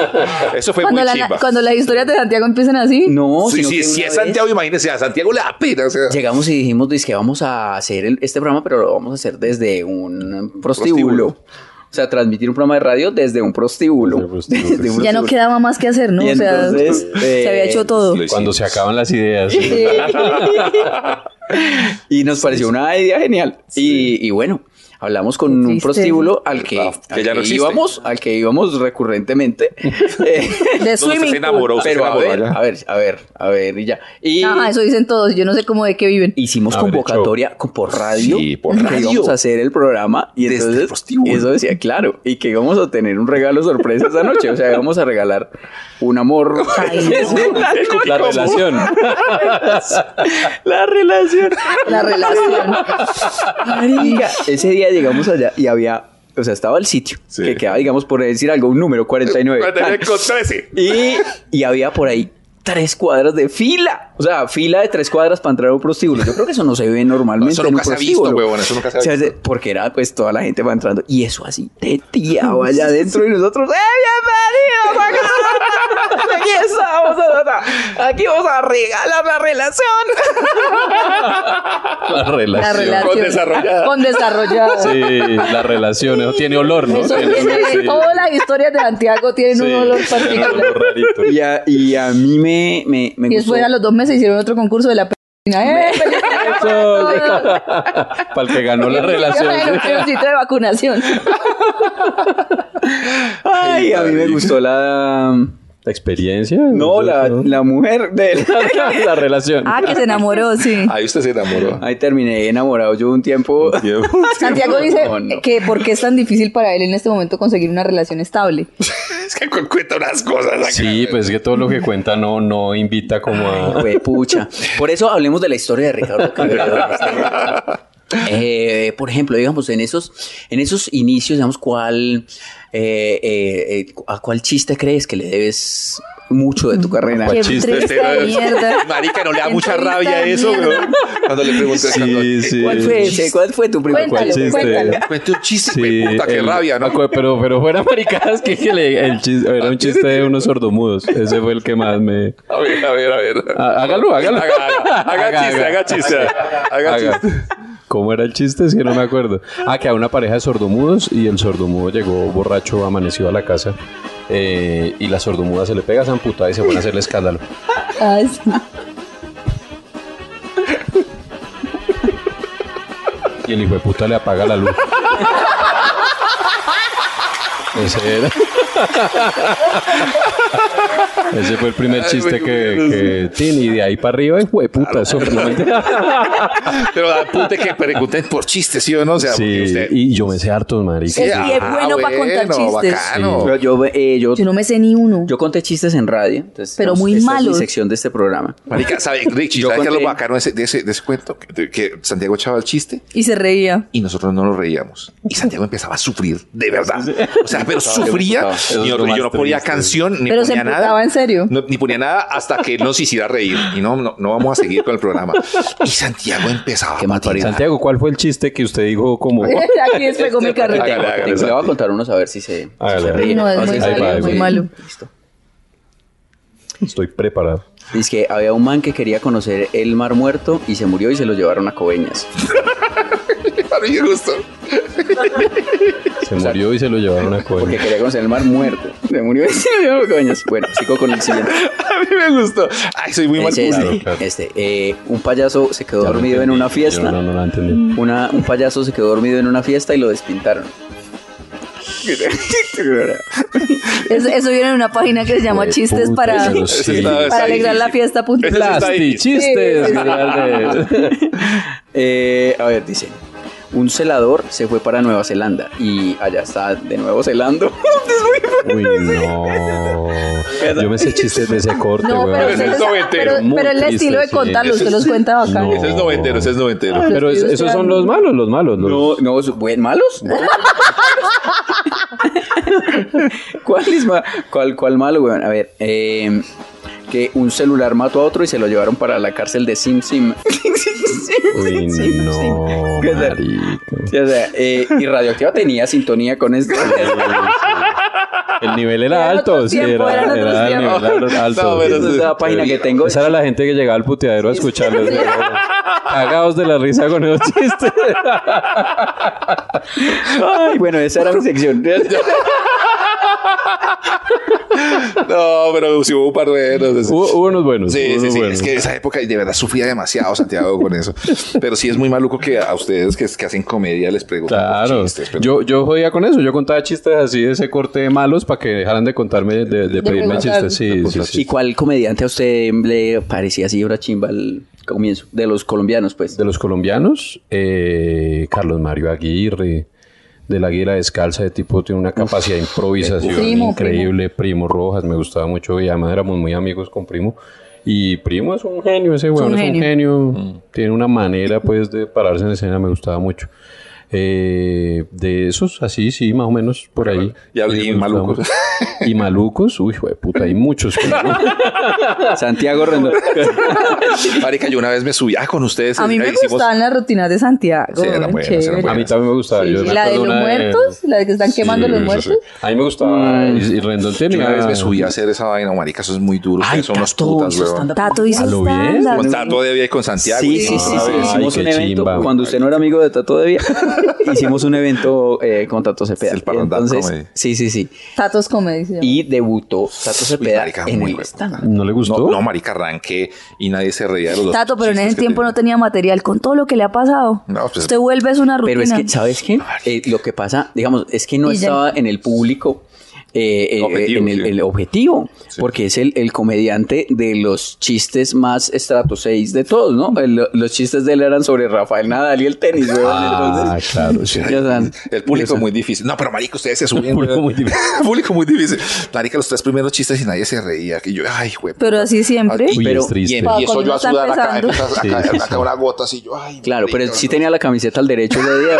Speaker 1: Eso fue
Speaker 4: Cuando,
Speaker 1: muy
Speaker 4: la,
Speaker 1: chimba.
Speaker 4: cuando las historias de Santiago empiezan así,
Speaker 5: No,
Speaker 1: sí,
Speaker 5: sino
Speaker 1: sí,
Speaker 5: que
Speaker 1: si
Speaker 5: una
Speaker 1: es
Speaker 5: vez
Speaker 1: Santiago, imagínese, a Santiago la pena. O sea,
Speaker 5: Llegamos y dijimos, dice que vamos a hacer el- este programa, pero lo vamos a hacer desde un prostíbulo.
Speaker 1: Prostíbulo.
Speaker 5: O sea, transmitir un programa de radio desde un prostíbulo.
Speaker 3: Desde un prostíbulo,
Speaker 5: Desde un
Speaker 4: ya no
Speaker 5: prostíbulo.
Speaker 4: quedaba más que hacer, ¿no?
Speaker 5: Y
Speaker 4: O sea,
Speaker 5: entonces, eh,
Speaker 4: se había hecho todo.
Speaker 1: lo
Speaker 3: Cuando
Speaker 1: hicimos.
Speaker 3: se acaban las ideas. sí.
Speaker 4: Sí.
Speaker 5: Y nos pareció una idea genial. Y, y bueno, hablamos con un
Speaker 4: triste.
Speaker 5: prostíbulo al que,
Speaker 1: Ah, que
Speaker 5: al
Speaker 1: ya no
Speaker 5: que
Speaker 1: existe.
Speaker 5: íbamos, al que íbamos recurrentemente. Eh,
Speaker 4: De
Speaker 1: No, usted
Speaker 4: swimming.
Speaker 1: se enamoró, usted se
Speaker 5: pero a
Speaker 1: enamoró
Speaker 5: ver,
Speaker 1: allá.
Speaker 5: a ver, a ver, a ver, y ya. Y
Speaker 4: Ah, eso dicen todos, yo no sé cómo de qué viven.
Speaker 5: hicimos
Speaker 3: Haber
Speaker 5: convocatoria con, por radio.
Speaker 1: Sí, por
Speaker 5: que
Speaker 1: radio.
Speaker 5: íbamos a hacer el programa y
Speaker 1: Desde el
Speaker 5: entonces
Speaker 1: prostíbulo.
Speaker 5: eso decía, claro, y que íbamos a tener un regalo sorpresa esa noche. O sea, íbamos a regalar un amor.
Speaker 4: Ay,
Speaker 3: La relación.
Speaker 5: La relación.
Speaker 4: La relación.
Speaker 5: Marica, ese día llegamos allá y había, o sea, estaba el sitio
Speaker 1: Sí.
Speaker 5: que quedaba, digamos, por decir algo, un número 49.
Speaker 1: Cuando
Speaker 5: Ah,
Speaker 1: era con 13.
Speaker 5: Y, y había por ahí tres cuadras de fila. O sea, fila de tres cuadras para entrar a un prostíbulo. Yo creo que eso no se ve normalmente.
Speaker 1: No, eso
Speaker 5: en un
Speaker 1: nunca se ha visto,
Speaker 5: prostíbulo.
Speaker 1: huevón, eso nunca se ha
Speaker 5: O sea,
Speaker 1: visto.
Speaker 5: Porque era pues toda la gente va entrando. Y eso así, te allá adentro y nosotros, ¡eh, bienvenido! Aquí estamos, aquí vamos a regalar la relación.
Speaker 3: La
Speaker 4: La
Speaker 3: relación.
Speaker 4: relación.
Speaker 1: Con desarrollada.
Speaker 4: Con desarrollada.
Speaker 3: Sí, la relación. eso tiene olor, ¿no?
Speaker 4: Eso
Speaker 3: Tiene
Speaker 4: tiene-
Speaker 3: olor, sí.
Speaker 4: Todas las historias de Santiago tienen
Speaker 3: Sí,
Speaker 4: un olor
Speaker 3: tiene un
Speaker 4: particular.
Speaker 3: olor rarito.
Speaker 5: Y a, y a mí me, me, me
Speaker 4: Y
Speaker 5: gustó.
Speaker 4: después a los dos meses hicieron otro concurso de la pena. ¡Eh!
Speaker 3: Para el que ganó la relación.
Speaker 4: Bueno,
Speaker 3: sí.
Speaker 4: un sitio de vacunación.
Speaker 5: Ay, a mí me gustó la...
Speaker 3: La experiencia.
Speaker 5: No, la, la mujer de él.
Speaker 3: la relación.
Speaker 4: Ah, que se enamoró, sí.
Speaker 1: Ahí usted se enamoró.
Speaker 5: Ahí terminé enamorado yo un tiempo.
Speaker 4: Santiago dice
Speaker 5: No, no.
Speaker 4: que por qué es tan difícil para él en este momento conseguir una relación estable.
Speaker 1: es que cu- cuenta unas cosas. acá.
Speaker 3: Sí, pues es que todo lo que cuenta no, no invita como
Speaker 5: Ay,
Speaker 3: a.
Speaker 5: güey, pucha. Por eso hablemos de la historia de Ricardo Quevedo. Eh, por ejemplo, digamos, en esos, en esos inicios, digamos, ¿cuál, eh, eh, eh, ¿a cuál chiste crees que le debes mucho de tu carrera?
Speaker 4: Mm. Qué
Speaker 3: chiste,
Speaker 4: triste
Speaker 1: Pero-
Speaker 4: mierda.
Speaker 1: Este, Marica, no le da mucha
Speaker 4: Entrevista
Speaker 1: rabia
Speaker 4: de
Speaker 1: eso,
Speaker 4: mierda.
Speaker 1: weón. Cuando le pregunté
Speaker 3: Sí, sí.
Speaker 5: ¿Cuál fue ese? ¿Cuál fue tu primer
Speaker 4: Cuéntalo,
Speaker 5: chiste?
Speaker 4: cuéntalo.
Speaker 1: Cuenta un chiste,
Speaker 3: Sí,
Speaker 1: güey, puta, qué
Speaker 3: el-
Speaker 1: rabia, ¿no?
Speaker 3: acu- Pero, pero fuera maricadas que, que le- el chis- era un chiste de unos sordomudos. Ese fue el que más me.
Speaker 1: A ver, a ver, a ver.
Speaker 3: Ah, hágalo, hágalo.
Speaker 1: Haga, haga, haga
Speaker 3: Haga,
Speaker 1: chiste,
Speaker 3: haga.
Speaker 1: haga chiste. Haga
Speaker 3: Haga.
Speaker 1: chiste.
Speaker 3: ¿Cómo era el chiste? Es que no me acuerdo. Ah, que a una pareja de sordomudos y el sordomudo llegó borracho, amanecido a la casa. eh, y la sordomuda se le pega a esa amputada y se pone a hacerle escándalo.
Speaker 4: Ay, sí.
Speaker 3: Y el hijo de puta le apaga la luz. Ese era. Ese fue el primer chiste que, que tin, y de ahí para arriba, hijo de puta, eso realmente-
Speaker 1: Pero apunte que pregunten por chistes, ¿sí o no? O sea, porque
Speaker 3: Sí,
Speaker 1: usted... "Ah,
Speaker 3: y yo me sé hartos, marica.
Speaker 4: Sí, es bueno pa' contar chistes.
Speaker 1: Bacano.
Speaker 5: Pero yo, eh, yo,
Speaker 4: Yo no me sé ni uno.
Speaker 5: yo conté chistes en radio. entonces,
Speaker 4: Pero
Speaker 5: digamos,
Speaker 4: muy
Speaker 5: esta es mi
Speaker 4: malos.
Speaker 5: sección de este programa.
Speaker 1: Marica, ¿sabe, Richie,
Speaker 5: Yo
Speaker 1: ¿sabe qué es lo
Speaker 5: conté-
Speaker 1: bacano de ese, de ese, de ese cuento? Que, que Santiago echaba el chiste
Speaker 4: Y se reía.
Speaker 1: y nosotros no nos reíamos. Y Santiago empezaba a sufrir, de verdad. O sea, pero sufría.
Speaker 3: Eso es
Speaker 1: Y
Speaker 3: lo
Speaker 1: nosotros- yo no
Speaker 3: más
Speaker 1: ponía
Speaker 3: triste.
Speaker 1: canción, ni
Speaker 4: Pero se
Speaker 1: ponía
Speaker 4: emputaba
Speaker 1: nada.
Speaker 4: en serio.
Speaker 1: No, ni ponía nada hasta que él nos hiciera reír. Y no, no, no vamos a seguir con el programa. Y Santiago empezaba a
Speaker 5: Qué mal parido.
Speaker 1: patinar.
Speaker 3: Santiago, ¿cuál fue el chiste que usted dijo como...
Speaker 4: Aquí despegó mi
Speaker 5: Tengo-
Speaker 4: carreta.
Speaker 1: Hágale, hágale,
Speaker 5: tengo- le voy a
Speaker 1: Santi.
Speaker 5: contar unos a ver si se, si
Speaker 3: Hágale,
Speaker 5: se
Speaker 3: hágale.
Speaker 5: ríen.
Speaker 4: No, es
Speaker 5: O si
Speaker 4: muy
Speaker 5: se
Speaker 3: malo,
Speaker 5: ríen,
Speaker 3: muy
Speaker 5: sí.
Speaker 4: malo.
Speaker 5: Listo.
Speaker 3: Estoy preparado.
Speaker 5: Dice que había un man que quería conocer el mar muerto y se murió y se lo llevaron a Coveñas.
Speaker 1: A mí me gustó.
Speaker 3: Se murió y se lo llevaron a
Speaker 5: Porque
Speaker 3: coger.
Speaker 5: quería conocer el mar muerto. Se murió y se lo llevaron a Coveñas. Bueno, sigo con el siguiente.
Speaker 1: A mí me gustó. Ay, soy muy mal
Speaker 5: Ese,
Speaker 1: público.
Speaker 5: este,
Speaker 3: claro.
Speaker 5: este, eh, un payaso se quedó
Speaker 3: Ya lo
Speaker 5: dormido en
Speaker 3: entendí,
Speaker 5: una
Speaker 3: yo
Speaker 5: fiesta.
Speaker 3: No, no, no entendí.
Speaker 5: Una, un payaso se quedó dormido en una fiesta y lo despintaron.
Speaker 4: Es- eso viene en una página que se llama
Speaker 3: Hijo de
Speaker 4: Chistes
Speaker 3: puta,
Speaker 4: para,
Speaker 3: pero sí.
Speaker 1: Está-
Speaker 4: para alegrar la fiesta. punto.
Speaker 1: Ese está ahí.
Speaker 3: Plasti, chistes.
Speaker 4: Sí.
Speaker 3: general de-
Speaker 5: Eh, a ver, dice. Un celador se fue para Nueva Zelanda y allá está de nuevo celando.
Speaker 3: Uy, no. Yo me sé chistes de ese corte,
Speaker 4: No, pero,
Speaker 1: Ese
Speaker 3: weón.
Speaker 4: usted
Speaker 1: es
Speaker 4: los-
Speaker 1: noventero,
Speaker 4: pero-
Speaker 3: muy
Speaker 4: pero el
Speaker 3: triste,
Speaker 4: estilo de
Speaker 3: sí.
Speaker 4: contarlos,
Speaker 1: Ese
Speaker 4: usted
Speaker 1: es-
Speaker 4: los cuenta bacán.
Speaker 3: No.
Speaker 1: Ese es noventero, ese es noventero.
Speaker 3: Pero es-
Speaker 4: estoy
Speaker 3: esos son
Speaker 4: esperando.
Speaker 3: los malos, los malos. Los...
Speaker 5: No, no, su- buen malos. ¿Cuál es ma- cuál, cuál malo, weón? A ver, eh, que un celular mató a otro y se lo llevaron para la cárcel de Sim Sim.
Speaker 3: Uy, no,
Speaker 5: ¿Qué tal?
Speaker 3: marica.
Speaker 5: Sí, o sea, eh, y Radioactiva tenía sintonía con esto.
Speaker 3: El nivel era
Speaker 4: Eran
Speaker 3: alto,
Speaker 4: otros
Speaker 3: sí,
Speaker 4: tiempos,
Speaker 3: era,
Speaker 4: eran otros
Speaker 3: era el
Speaker 4: tiempos.
Speaker 3: nivel al- alto.
Speaker 1: No, pero
Speaker 5: Esa es la página que tengo.
Speaker 3: Esa era la gente que llegaba al puteadero a escucharlos. güey. Cagados de la risa con esos chistes.
Speaker 5: Ay, bueno, esa era mi sección.
Speaker 1: No, pero sí hubo un par de
Speaker 3: Hubo, hubo unos buenos.
Speaker 1: Sí, sí,
Speaker 3: hubo unos
Speaker 1: sí.
Speaker 3: buenos.
Speaker 1: Es que esa época de verdad sufría demasiado Santiago con eso. Pero sí es muy maluco que a ustedes que, que hacen comedia les pregunten por
Speaker 3: Claro,
Speaker 1: chistes. pero-
Speaker 3: yo, yo jodía con eso, yo contaba chistes así de ese corte de malos para que dejaran de contarme, de, de pedirme
Speaker 4: preguntar.
Speaker 3: chistes. Sí, sí,
Speaker 5: ¿Y
Speaker 3: sí.
Speaker 5: cuál comediante a usted le parecía así una chimba al comienzo? De los colombianos, pues.
Speaker 3: De los colombianos, eh, Carlos Mario Aguirre, del Águila Descalza, de tipo tiene una capacidad de improvisación
Speaker 4: Primo,
Speaker 3: increíble. Primo. Rojas, me gustaba mucho y además éramos muy amigos con Primo. Y Primo es un
Speaker 1: Mm.
Speaker 3: genio, ese weón es un genio. Tiene una manera, pues, de pararse en escena, me gustaba mucho. eh, de esos, así, sí, más o menos, por ahí.
Speaker 1: Y habl- y
Speaker 3: Eh,
Speaker 1: malucos.
Speaker 3: estamos- Y malucos, uy, hijo de puta, hay muchos. pues, pero-
Speaker 5: Santiago Rendón.
Speaker 1: Marica, yo una vez me subí ah, con ustedes.
Speaker 4: A mí me
Speaker 1: Ahí hicimos-
Speaker 4: gustaban las rutinas de Santiago.
Speaker 1: Sí, eran
Speaker 4: eran
Speaker 1: buenas, eran
Speaker 4: chéveres.
Speaker 1: buenas.
Speaker 3: A mí también me gustaba.
Speaker 4: Sí,
Speaker 3: yo me
Speaker 4: la de
Speaker 3: acuerdo
Speaker 4: los
Speaker 3: una
Speaker 4: muertos, la de que están quemando
Speaker 1: Sí,
Speaker 4: los
Speaker 1: sí,
Speaker 4: muertos.
Speaker 1: sí.
Speaker 3: A mí me gustaba. Y, ah, y Rendón
Speaker 1: Mm. Yo
Speaker 3: tenía.
Speaker 1: una vez me subí a hacer esa vaina, oh, marica, eso es muy duro. ustedes son unos
Speaker 5: Tato,
Speaker 1: putas,
Speaker 5: hizo
Speaker 1: weón.
Speaker 5: stand-up.
Speaker 4: Tato hizo
Speaker 3: ¿A lo bien?
Speaker 4: estándar.
Speaker 1: Con Pues Tato de Vía y con Santiago.
Speaker 5: Sí,
Speaker 1: y-
Speaker 5: sí, sí, sí,
Speaker 3: Ay,
Speaker 5: hicimos
Speaker 3: qué
Speaker 5: un evento.
Speaker 3: chimba,
Speaker 5: cuando usted no era amigo de Tato de Vía, hicimos un evento eh, con Tato Cepeda.
Speaker 1: Es el Parrandar
Speaker 5: Entonces,
Speaker 1: Comedy.
Speaker 5: sí, sí, sí.
Speaker 4: Tatos Comedy. se llama.
Speaker 5: Y debutó Tato Cepeda
Speaker 1: marica,
Speaker 5: en
Speaker 1: muy
Speaker 5: el
Speaker 1: huevo.
Speaker 5: stand
Speaker 3: ¿No le gustó?
Speaker 1: No, no, marica, arranqué y nadie se reía de los dos
Speaker 4: Tato, pero en
Speaker 1: chistes
Speaker 4: ese
Speaker 1: que
Speaker 4: tiempo no tenía material. Con todo lo que le ha pasado,
Speaker 1: No, pues-
Speaker 4: usted vuelve es una
Speaker 5: Pero
Speaker 4: rutina.
Speaker 5: es que, ¿sabes qué? Eh, lo que pasa, digamos, es que no
Speaker 4: Y ya-
Speaker 5: estaba en el público. eh, eh,
Speaker 1: Objetivo,
Speaker 5: en el,
Speaker 1: sí.
Speaker 5: el objetivo,
Speaker 1: Sí.
Speaker 5: porque es el, el comediante de los chistes más estrato 6 de todos, ¿no? El- los chistes de él eran sobre Rafael Nadal y el tenis, weón,
Speaker 3: Ah,
Speaker 5: entonces,
Speaker 3: claro, sí.
Speaker 5: ya saben.
Speaker 1: El público muy difícil. No, pero marica, ustedes se subían.
Speaker 3: El público
Speaker 1: weón.
Speaker 3: muy difícil.
Speaker 1: El público muy difícil. Marica, los tres primeros chistes y nadie se reía. Que yo, ay, güey.
Speaker 4: Pero así siempre.
Speaker 1: Ah, Y,
Speaker 3: Uy,
Speaker 1: pero,
Speaker 3: es triste.
Speaker 1: y
Speaker 4: Cuando
Speaker 1: empiezo yo
Speaker 4: uno
Speaker 1: a
Speaker 4: está
Speaker 1: sudar acá,
Speaker 4: empezando.
Speaker 1: empiezas acá,
Speaker 3: Sí, sí,
Speaker 1: acá
Speaker 3: sí.
Speaker 1: una gota así, yo, ay.
Speaker 5: Claro, pero
Speaker 1: marica,
Speaker 5: sí
Speaker 1: no.
Speaker 5: tenía la camiseta al derecho ese día.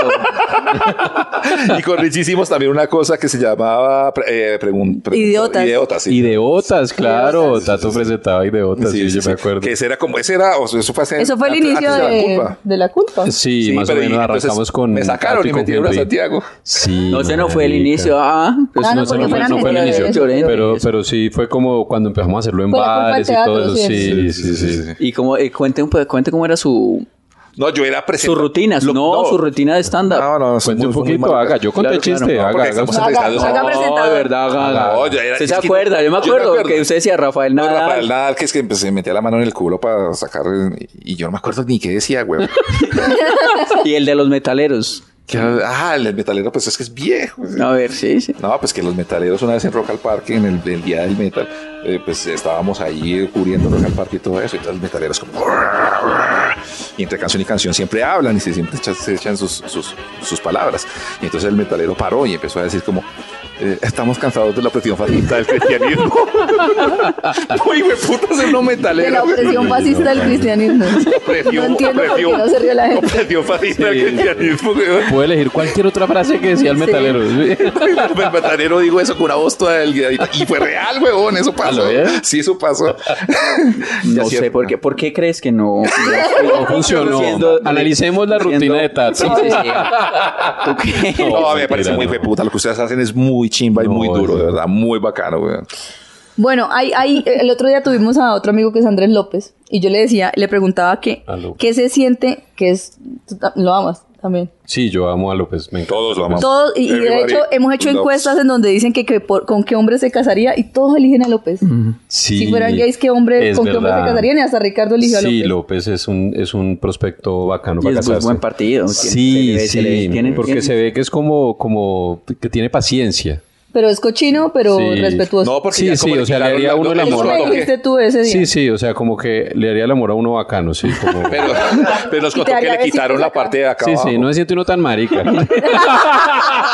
Speaker 1: Y con Rich hicimos también una cosa que se llamaba eh, pregun- pregun-
Speaker 4: Idiotas.
Speaker 1: Idiotas, sí.
Speaker 3: Ideotas, claro.
Speaker 1: sí,
Speaker 3: Tato
Speaker 1: sí, sí.
Speaker 3: presentaba ideotas, sí,
Speaker 1: sí,
Speaker 3: yo
Speaker 1: sí,
Speaker 3: me
Speaker 1: sí.
Speaker 3: acuerdo.
Speaker 1: Que ese era como, ese era, o sea, eso fue hace-
Speaker 4: Eso fue el
Speaker 1: antes-
Speaker 4: inicio
Speaker 1: antes
Speaker 4: de,
Speaker 1: culpa.
Speaker 4: de la culpa.
Speaker 3: Sí,
Speaker 1: Sí,
Speaker 3: más o
Speaker 1: pero y
Speaker 3: menos
Speaker 1: entonces
Speaker 3: arrancamos con.
Speaker 1: Me sacaron
Speaker 3: Tato
Speaker 1: y
Speaker 3: con
Speaker 1: me tiraron a
Speaker 3: Henry.
Speaker 1: Santiago.
Speaker 3: Sí.
Speaker 5: No, ese no fue el
Speaker 3: marica.
Speaker 5: inicio. Ah,
Speaker 3: Pues
Speaker 4: Ah,
Speaker 3: no,
Speaker 4: no,
Speaker 3: ese
Speaker 4: porque
Speaker 3: no, fue-
Speaker 4: fueron
Speaker 3: no fue el
Speaker 4: anteriores.
Speaker 3: inicio.
Speaker 5: Llorente.
Speaker 3: Pero, pero sí fue como cuando empezamos a hacerlo en
Speaker 4: Fue la culpa
Speaker 3: bares
Speaker 4: del
Speaker 3: y todo
Speaker 4: teatro,
Speaker 3: eso.
Speaker 4: sí,
Speaker 3: Sí, sí, sí.
Speaker 5: Y como, eh, cuente, un po- cuente cómo era su,
Speaker 1: No, yo era
Speaker 5: su
Speaker 1: presentador.
Speaker 5: rutina.
Speaker 1: Lo- Ah,
Speaker 5: no, su rutina de stand-up.
Speaker 1: No, no, es
Speaker 3: Cuente
Speaker 1: muy-
Speaker 3: un
Speaker 1: fue muy
Speaker 3: poquito,
Speaker 1: mal.
Speaker 3: haga. Yo conté
Speaker 5: Claro,
Speaker 3: el chiste,
Speaker 5: claro, no,
Speaker 3: haga,
Speaker 1: porque
Speaker 3: haga.
Speaker 1: estamos
Speaker 3: usted.
Speaker 1: entrevistados.
Speaker 4: Haga- haga
Speaker 1: No,
Speaker 5: No, de
Speaker 4: presentador.
Speaker 5: verdad, Gaga.
Speaker 1: No, yo era-
Speaker 5: ¿Usted
Speaker 1: es
Speaker 5: se
Speaker 1: que-
Speaker 5: acuerda? Yo me
Speaker 1: yo me
Speaker 5: acuerdo,
Speaker 1: acuerdo.
Speaker 5: que usted decía Rafael
Speaker 1: No,
Speaker 5: Nadal.
Speaker 1: Rafael Nadal, que es que empecé, metía la mano en el culo para sacar eh, y yo no me acuerdo ni qué decía, güey.
Speaker 5: Y el de los metaleros.
Speaker 1: Que, ah, el metalero, pues es que es viejo.
Speaker 5: A ver, sí, sí.
Speaker 1: No, pues que los metaleros una vez en Rock al Parque, en el, el día del metal, eh, pues estábamos ahí cubriendo Rock al Parque y todo eso, y todos los metaleros como... Y entre canción y canción siempre hablan y se siempre echa- se echan sus, sus, sus palabras. Y entonces el metalero paró y empezó a decir como... eh, estamos cansados de la opresión fascista del cristianismo. Uy, güey, putas, es lo metalero.
Speaker 4: De la opresión fascista del cristianismo. No entiendo por qué no se rió la gente.
Speaker 1: Opresión fascista del
Speaker 3: Sí.
Speaker 1: cristianismo, güey.
Speaker 3: Puede elegir cualquier otra frase que decía el
Speaker 4: Sí.
Speaker 3: metalero. sí.
Speaker 1: El batanero dijo eso con una voz toda delgadita. Y fue real, huevón. Eso pasó.
Speaker 3: ¿Lo ves?
Speaker 1: Sí, eso pasó.
Speaker 5: No
Speaker 1: Ya
Speaker 5: sé
Speaker 1: cierto.
Speaker 5: por qué. ¿Por qué crees que no,
Speaker 3: No funcionó. Analicemos la rutina de Tato.
Speaker 5: Sí, sí, sí. ¿Tú qué?
Speaker 3: No,
Speaker 1: No, a mí me
Speaker 3: mentira,
Speaker 1: parece muy
Speaker 3: no.
Speaker 1: hueputa. Lo que ustedes hacen es muy chimba y
Speaker 3: No,
Speaker 1: muy duro,
Speaker 3: es-
Speaker 1: de verdad. Muy bacano, weón.
Speaker 4: Bueno, hay, hay, el otro día tuvimos a otro amigo que es Andrés López y yo le decía, le preguntaba que,
Speaker 3: Aló.
Speaker 4: qué se siente, que es, tú ta- lo amas también.
Speaker 3: Sí, yo amo a López. Me encanta.
Speaker 1: Todos lo amamos.
Speaker 4: Todos, y, y de
Speaker 1: Everybody
Speaker 4: hecho hemos hecho
Speaker 1: loves-
Speaker 4: encuestas en donde dicen que, que por- con qué hombre se casaría y todos eligen a López.
Speaker 3: Sí,
Speaker 4: Si fueran gays, ¿qué hombre,
Speaker 3: es
Speaker 4: ¿con qué hombre se
Speaker 3: verdad.
Speaker 4: casarían? Y hasta Ricardo eligió a López.
Speaker 3: Sí, López es un, es un prospecto bacano
Speaker 5: Y
Speaker 3: para
Speaker 5: es muy
Speaker 3: casarse.
Speaker 5: buen partido.
Speaker 3: Sí,
Speaker 5: Se le ve- se le ve-
Speaker 3: sí,
Speaker 5: tiene-
Speaker 3: porque
Speaker 5: tiene-
Speaker 3: se ve que es como, como que tiene paciencia.
Speaker 4: Pero es cochino, pero
Speaker 3: Sí.
Speaker 4: respetuoso.
Speaker 1: No, porque
Speaker 3: Sí,
Speaker 1: ya
Speaker 3: sí,
Speaker 1: como le
Speaker 3: o sea, le
Speaker 1: quitaron
Speaker 3: haría
Speaker 1: la-
Speaker 3: uno el
Speaker 1: lo-
Speaker 4: Eso
Speaker 3: amor.
Speaker 1: lo
Speaker 4: me
Speaker 1: toque.
Speaker 4: dijiste tú ese día.
Speaker 3: Sí, sí, o sea, como que le haría el amor a uno bacano, sí. Como...
Speaker 1: Pero, pero nos
Speaker 4: Y te
Speaker 1: contó que
Speaker 4: haría
Speaker 1: le
Speaker 4: besitos
Speaker 1: quitaron la
Speaker 4: acá.
Speaker 1: parte de acá.
Speaker 3: Sí,
Speaker 1: abajo.
Speaker 3: sí, no me siento uno tan marica.